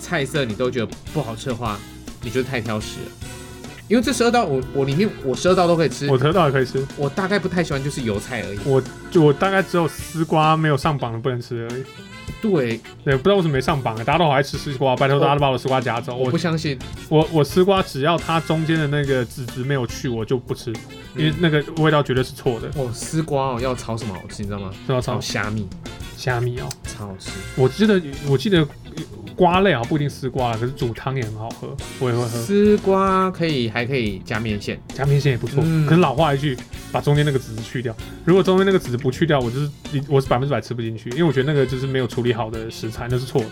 [SPEAKER 1] 菜色，你都觉得不好吃的话，你就是太挑食了。因为这十二道我我里面我十二道都可以吃，
[SPEAKER 2] 我
[SPEAKER 1] 我
[SPEAKER 2] 得到也可以吃，
[SPEAKER 1] 大概不太喜欢就是油菜而已。
[SPEAKER 2] 就我大概只有丝瓜没有上榜的不能吃而已。
[SPEAKER 1] 对，
[SPEAKER 2] 对，不知道为什么没上榜啊，大家都好爱吃丝瓜，拜托
[SPEAKER 1] 我
[SPEAKER 2] 大家都把我丝瓜夹走。
[SPEAKER 1] 我
[SPEAKER 2] 我
[SPEAKER 1] 不相信，
[SPEAKER 2] 我我丝瓜只要它中间的那个籽籽没有去，我就不吃，
[SPEAKER 1] 嗯
[SPEAKER 2] 因为那个味道绝对是错的。
[SPEAKER 1] 哦，丝瓜哦要炒什么好吃，你知道吗？
[SPEAKER 2] 知道
[SPEAKER 1] 炒
[SPEAKER 2] 炒
[SPEAKER 1] 虾米，
[SPEAKER 2] 虾米哦，
[SPEAKER 1] 超好吃。
[SPEAKER 2] 我记得我记得瓜类啊不一定丝瓜啦，可是煮汤也很好喝，我也会喝。
[SPEAKER 1] 丝瓜可以还可以加面线，
[SPEAKER 2] 夹面线也不错，
[SPEAKER 1] 嗯
[SPEAKER 2] 可是老话一句，把中间那个籽去掉。如果中间那个籽不去掉，我就是我是百分之百吃不进去，因为我觉得那个就是没有处理好的食材，那是错的。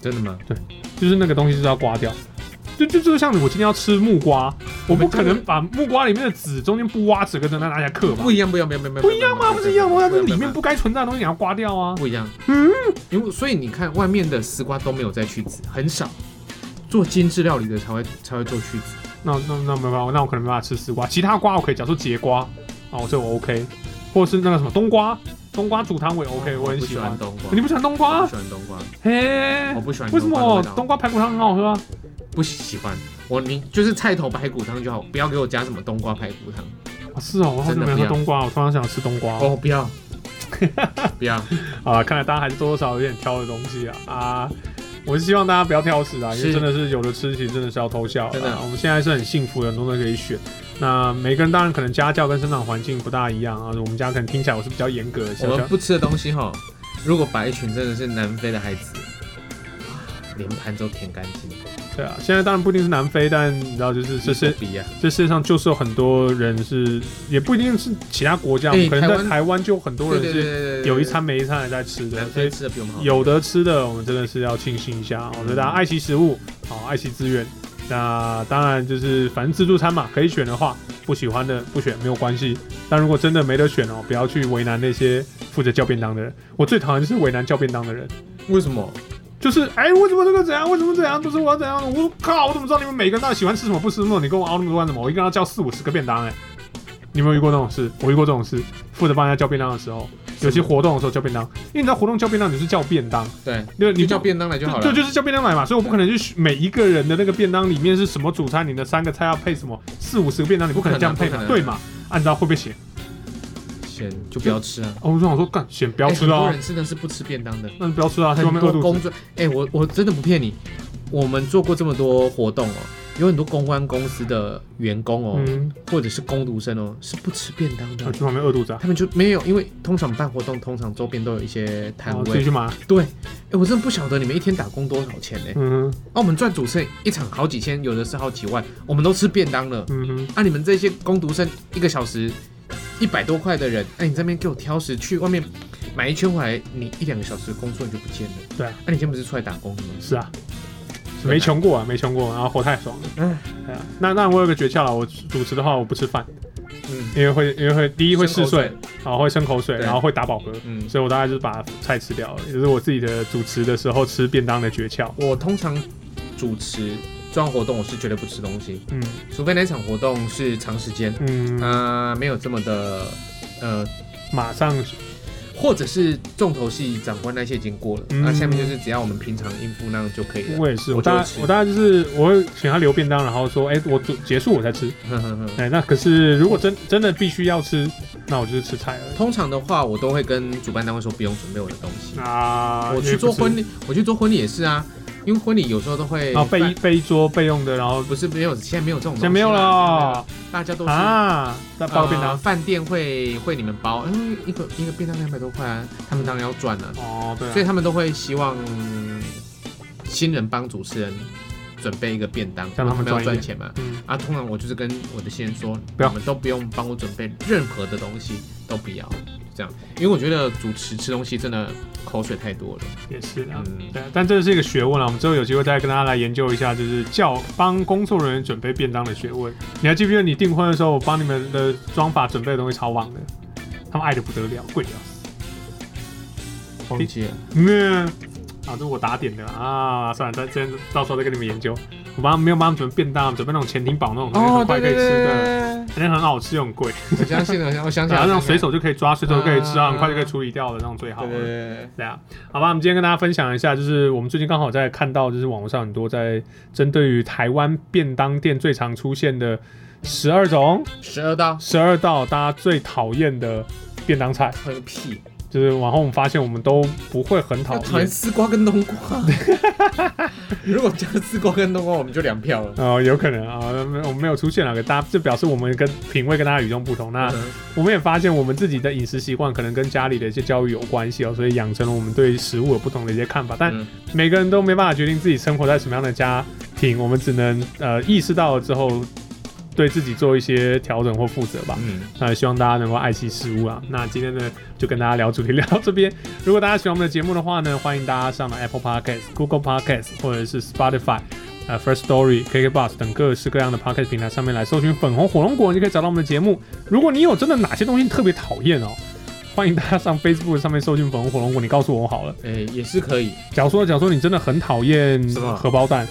[SPEAKER 1] 真的吗？
[SPEAKER 2] 就是那个东西就是要刮掉。就就就像我今天要吃木瓜，我不可能把木瓜里面的籽中间不挖整个的拿拿起来嗑吧
[SPEAKER 1] 不？一样，不一样，不一样，不一样，
[SPEAKER 2] 不一样吗？不是一样吗？它就是里面
[SPEAKER 1] 不
[SPEAKER 2] 不该存在的东西你要刮掉啊！
[SPEAKER 1] 不一样。
[SPEAKER 2] 嗯，
[SPEAKER 1] 因为所以你看外面的丝瓜都没有再去籽，很少。做精致料理的才会才会做去籽。
[SPEAKER 2] 那那那没办法，那我可能没办法吃丝瓜，其他瓜我可以，假如说节瓜哦，这我 OK，或者是那个什么冬瓜，冬瓜煮汤我也 OK，我很
[SPEAKER 1] 哦不
[SPEAKER 2] 喜
[SPEAKER 1] 喜
[SPEAKER 2] 欢
[SPEAKER 1] 欢。冬瓜，
[SPEAKER 2] 你不喜欢冬
[SPEAKER 1] 我
[SPEAKER 2] 瓜
[SPEAKER 1] 不？喜欢冬瓜，
[SPEAKER 2] 嘿
[SPEAKER 1] 我，不喜欢
[SPEAKER 2] 为什
[SPEAKER 1] 冬瓜的味
[SPEAKER 2] 么
[SPEAKER 1] 道
[SPEAKER 2] 冬瓜排骨汤很好喝啊？
[SPEAKER 1] 不喜欢？我宁就是菜头排骨汤就好，不要给我加什么冬瓜排骨汤。
[SPEAKER 2] 啊是哦，我好久
[SPEAKER 1] 真的
[SPEAKER 2] 没
[SPEAKER 1] 不
[SPEAKER 2] 喝
[SPEAKER 1] 要
[SPEAKER 2] 冬瓜，我突然想吃冬瓜。
[SPEAKER 1] 哦，不要，不要，
[SPEAKER 2] 啊，看来大家还是多多少少有点挑的东西啊啊！我是希望大家不要挑食啊，因为
[SPEAKER 1] 是
[SPEAKER 2] 真的是有的吃，其实真的是要偷笑啦。啊
[SPEAKER 1] 真的
[SPEAKER 2] 我们现在是很幸福，有很多东西可以选。那每个人当然可能家教跟生长环境不大一样啊，我们家可能听起来我是比较严格的，
[SPEAKER 1] 我
[SPEAKER 2] 小
[SPEAKER 1] 们
[SPEAKER 2] 小
[SPEAKER 1] 不吃的东西哈。如果白裙真的是南非的孩子，啊连盘都舔干净，
[SPEAKER 2] 对啊。现在当然不一定是南非，但你知道，就是这世
[SPEAKER 1] 不一啊样。
[SPEAKER 2] 这世界上就是有很多人是，也不一定是其他国家，
[SPEAKER 1] 哎
[SPEAKER 2] 可能
[SPEAKER 1] 台
[SPEAKER 2] 在
[SPEAKER 1] 湾
[SPEAKER 2] 台湾就很多
[SPEAKER 1] 对对
[SPEAKER 2] 人
[SPEAKER 1] 对
[SPEAKER 2] 是
[SPEAKER 1] 对对，对
[SPEAKER 2] 有一餐没一餐的在吃的
[SPEAKER 1] 南，
[SPEAKER 2] 所以
[SPEAKER 1] 非吃的比我们好。
[SPEAKER 2] 有的吃的，我们真的是要庆幸一下。我觉得大家爱惜食物，好爱惜资源。那当然就是反正自助餐嘛，可以选的话，不喜欢的不选没有关系。但如果真的没得选哦，不要去为难那些负责叫便当的人。我最讨厌就是为难叫便当的人，
[SPEAKER 1] 为什么？
[SPEAKER 2] 就是哎、为什么这个怎样？为什么怎样？不是我怎样？我靠，我怎么知道你们每个人到底喜欢吃什么不吃什么？你跟我熬那么多干什么？我一个人要叫四五十个便当哎、你有没有遇过这种事？我遇过这种事，负责帮人家叫便当的时候，有些活动的时候叫便当，因为你知道活动叫便当你是叫便当，
[SPEAKER 1] 对，
[SPEAKER 2] 对，
[SPEAKER 1] 你
[SPEAKER 2] 你
[SPEAKER 1] 就
[SPEAKER 2] 不
[SPEAKER 1] 叫便当来就好了。
[SPEAKER 2] 对，就是叫便当来嘛，所以我不可能去选每一个人的那个便当里面是什么主餐，你的三个菜要配什么，四五十个便当，你不可能这样配
[SPEAKER 1] 不可
[SPEAKER 2] 嘛，
[SPEAKER 1] 能
[SPEAKER 2] 对嘛？啊按照会不会写？
[SPEAKER 1] 咸就不要吃啊，
[SPEAKER 2] 哦，我就想说，干选不要吃
[SPEAKER 1] 哎很多
[SPEAKER 2] 啊，
[SPEAKER 1] 人真的是不吃便当的，
[SPEAKER 2] 那你不要吃啊，去外
[SPEAKER 1] 哎很
[SPEAKER 2] 面
[SPEAKER 1] 多
[SPEAKER 2] 饿肚
[SPEAKER 1] 工
[SPEAKER 2] 子。
[SPEAKER 1] 作。哎、我我真的不骗你，我们做过这么多活动哦，有很多公关公司的员工哦，
[SPEAKER 2] 嗯，
[SPEAKER 1] 或者是工读生哦，是不吃便当的
[SPEAKER 2] 我，去外面饿肚子啊，
[SPEAKER 1] 他们就没有，因为通常办活动，通常周边都有一些
[SPEAKER 2] 然
[SPEAKER 1] 摊
[SPEAKER 2] 后自己
[SPEAKER 1] 位。
[SPEAKER 2] 去买。
[SPEAKER 1] 对，哎、我真的不晓得你们一天打工多少钱呢、啊
[SPEAKER 2] 嗯哼
[SPEAKER 1] 那、我们赚主持人一场好几千，有的是好几万，我们都吃便当了。
[SPEAKER 2] 嗯哼，
[SPEAKER 1] 啊，你们这些工读生一个小时一百多块的人，哎、你这边给我挑食，去外面买一圈回来，你一两个小时的工作你就不见了。
[SPEAKER 2] 对啊，
[SPEAKER 1] 那、你今天不是出来打工的吗？
[SPEAKER 2] 是啊。没穷过啊，没穷过，然后活太爽了。
[SPEAKER 1] 哎，
[SPEAKER 2] 哎呀，那那我有个诀窍了，我主持的话我不吃饭，
[SPEAKER 1] 嗯，
[SPEAKER 2] 因为会因为会第一会嗜睡
[SPEAKER 1] 生，口水，
[SPEAKER 2] 然后会生口水，
[SPEAKER 1] 对
[SPEAKER 2] 然后会打饱嗝，
[SPEAKER 1] 嗯，
[SPEAKER 2] 所以我大概就是把菜吃掉了，也是我自己的主持的时候吃便当的诀窍。
[SPEAKER 1] 我通常主持这样活动，我是绝对不吃东西，
[SPEAKER 2] 嗯
[SPEAKER 1] 除非那场活动是长时间，
[SPEAKER 2] 嗯，
[SPEAKER 1] 呃，没有这么的，呃，
[SPEAKER 2] 马上
[SPEAKER 1] 或者是重头戏长官那些已经过了，那、啊
[SPEAKER 2] 嗯
[SPEAKER 1] 下面就是只要我们平常应付那样就可以了。
[SPEAKER 2] 我也是，
[SPEAKER 1] 我
[SPEAKER 2] 我
[SPEAKER 1] 就会
[SPEAKER 2] 大概
[SPEAKER 1] 吃
[SPEAKER 2] 我大概就是我会请他留便当，然后说，哎、我煮结束我才吃。
[SPEAKER 1] 呵呵呵
[SPEAKER 2] 哎、那可是如果真真的必须要吃，那我就是吃菜 而
[SPEAKER 1] 通常的话，我都会跟主办单位说不用准备我的东西
[SPEAKER 2] 已。。啊，
[SPEAKER 1] 我去做婚礼，我去做婚礼也是啊。因为婚礼有时候都会
[SPEAKER 2] 哦然后备啊一备一桌备用的，然后
[SPEAKER 1] 不是没有，现在没有这种东西啦，
[SPEAKER 2] 现在没有了
[SPEAKER 1] 大家都是
[SPEAKER 2] 啊，那包个便
[SPEAKER 1] 呃
[SPEAKER 2] 当。
[SPEAKER 1] 饭店会会你们包，因为一个一个便当两百多块啊，他们当然要赚了、
[SPEAKER 2] 哦，对啊，
[SPEAKER 1] 所以他们都会希望新人帮主持人准备一个便当，
[SPEAKER 2] 让他们
[SPEAKER 1] 因为要
[SPEAKER 2] 赚一
[SPEAKER 1] 赚
[SPEAKER 2] 点
[SPEAKER 1] 钱嘛。
[SPEAKER 2] 嗯，
[SPEAKER 1] 啊，通常我就是跟我的新人说，
[SPEAKER 2] 不要
[SPEAKER 1] 你们都不用帮我准备任何的东西，都不要这样，因为我觉得主持吃东西真的口水太多了。
[SPEAKER 2] 也是啊。
[SPEAKER 1] 嗯，
[SPEAKER 2] 对，但这是一个学问啊，我们之后有机会再跟大家来研究一下，就是叫帮工作人员准备便当的学问。你还记不记得你订婚的时候，我帮你们的妆法准备的东西超旺的，他们爱的不得了，贵的要死。
[SPEAKER 1] 忘记了，
[SPEAKER 2] 那、 啊，这是我打点的啊，算了，再再到时候再跟你们研究。我帮他们没有帮他们准备便当，准备那种潜艇堡那种东西，很快可以吃的，
[SPEAKER 1] 哦对，
[SPEAKER 2] 而且很好吃又很贵，
[SPEAKER 1] 我相信了，我相信
[SPEAKER 2] 然
[SPEAKER 1] 了，
[SPEAKER 2] 后那种随手就可以抓，随手就可以吃，
[SPEAKER 1] 啊
[SPEAKER 2] 然后很快就可以处理掉的那种最好
[SPEAKER 1] 对，
[SPEAKER 2] 了。
[SPEAKER 1] 对对对
[SPEAKER 2] 对啊，好吧，我们今天跟大家分享一下，就是我们最近刚好在看到，就是网络上很多在针对于台湾便当店最常出现的十二种、
[SPEAKER 1] 对，十二道
[SPEAKER 2] 十二道大家最讨厌的便当菜，
[SPEAKER 1] 会个屁，
[SPEAKER 2] 就是往后我们发现我们都不会很讨
[SPEAKER 1] 要团
[SPEAKER 2] 厌，
[SPEAKER 1] 丝瓜跟冬瓜。 如果加丝瓜跟冬瓜，我们就两票了。
[SPEAKER 2] 呃，有可能啊、没有我们没有出现了，给大家就表示我们跟品味跟大家与众不同。那
[SPEAKER 1] 嗯
[SPEAKER 2] 我们也发现我们自己的饮食习惯可能跟家里的一些教育有关系哦，所以养成了我们对食物有不同的一些看法。但
[SPEAKER 1] 嗯
[SPEAKER 2] 每个人都没办法决定自己生活在什么样的家庭，我们只能呃意识到了之后，对自己做一些调整或负责吧。
[SPEAKER 1] 嗯，
[SPEAKER 2] 那、希望大家能够爱惜食物啊。那今天呢，就跟大家聊主题聊到这边。如果大家喜欢我们的节目的话呢，欢迎大家上到 Apple Podcast、Google Podcast 或者是 Spotify。呃，First Story、KK Bus 等各式各样的 Podcast 平台上面来搜寻“粉红火龙果”，你就可以找到我们的节目。如果你有真的哪些东西特别讨厌哦，欢迎大家上 Facebook 上面搜寻“粉红火龙果”，你告诉我好了。
[SPEAKER 1] 哎，也是可以。
[SPEAKER 2] 假如说，假如说你真的很讨厌
[SPEAKER 1] 什么
[SPEAKER 2] 荷包蛋，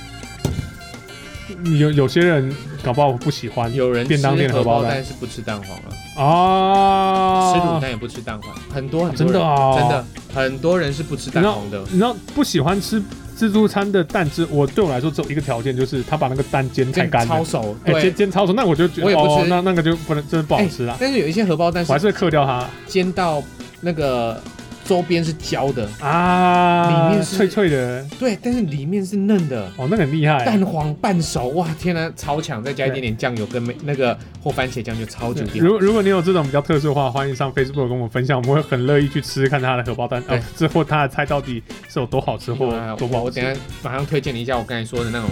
[SPEAKER 2] 有有些人搞不好不喜欢
[SPEAKER 1] 有人
[SPEAKER 2] 便当店
[SPEAKER 1] 吃
[SPEAKER 2] 的荷
[SPEAKER 1] 荷包
[SPEAKER 2] 包蛋
[SPEAKER 1] 蛋是不吃蛋黄了，
[SPEAKER 2] 啊。
[SPEAKER 1] 吃卤蛋也不吃蛋黄，很多很多
[SPEAKER 2] 真
[SPEAKER 1] 人
[SPEAKER 2] 的哦，
[SPEAKER 1] 真的很多人是不吃蛋黄的。
[SPEAKER 2] 你知道不喜欢吃自助餐的蛋汁，我对我来说只有一个条件，就是他把那个蛋煎太干
[SPEAKER 1] 超
[SPEAKER 2] 了，
[SPEAKER 1] 熟，
[SPEAKER 2] 哎、煎
[SPEAKER 1] 对。
[SPEAKER 2] 煎超熟，那我就觉
[SPEAKER 1] 我也
[SPEAKER 2] 得
[SPEAKER 1] 不
[SPEAKER 2] 哦
[SPEAKER 1] 吃，哎
[SPEAKER 2] 那那个就不能真的不好吃啦，
[SPEAKER 1] 但是有一些荷包蛋
[SPEAKER 2] 我还
[SPEAKER 1] 是
[SPEAKER 2] 是会克掉它
[SPEAKER 1] 煎到那个周边是焦的，
[SPEAKER 2] 啊，
[SPEAKER 1] 里面是
[SPEAKER 2] 脆脆的，
[SPEAKER 1] 对，但是里面是嫩的。
[SPEAKER 2] 哦，那个很厉害，
[SPEAKER 1] 蛋黄半熟，哇，天呐，超强！再加一点点酱油跟梅那个或番茄酱，就超级
[SPEAKER 2] 对
[SPEAKER 1] 顶。
[SPEAKER 2] 如如果你有这种比较特殊的话，欢迎上 Facebook 跟我们分享，我们会很乐意去吃看它的荷包蛋，
[SPEAKER 1] 对
[SPEAKER 2] 呃，之后它的菜到底是有多好吃或
[SPEAKER 1] 啊
[SPEAKER 2] 多不
[SPEAKER 1] 我
[SPEAKER 2] 好
[SPEAKER 1] 我等
[SPEAKER 2] 吃。
[SPEAKER 1] 一下马上推荐你一下我刚才说的那种，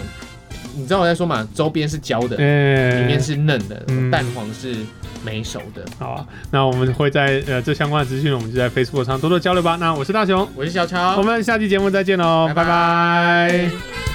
[SPEAKER 1] 你知道我在说嘛？周边是焦的，
[SPEAKER 2] 嗯
[SPEAKER 1] 里面是嫩的，
[SPEAKER 2] 嗯
[SPEAKER 1] 蛋黄是没熟的。
[SPEAKER 2] 好啊，那我们会在呃这相关的资讯，我们就在 Facebook 上多多交流吧。那我是大雄，
[SPEAKER 1] 我是小
[SPEAKER 2] 我
[SPEAKER 1] 乔，
[SPEAKER 2] 们下期节目再见喽，
[SPEAKER 1] 拜
[SPEAKER 2] 哦拜拜
[SPEAKER 1] 拜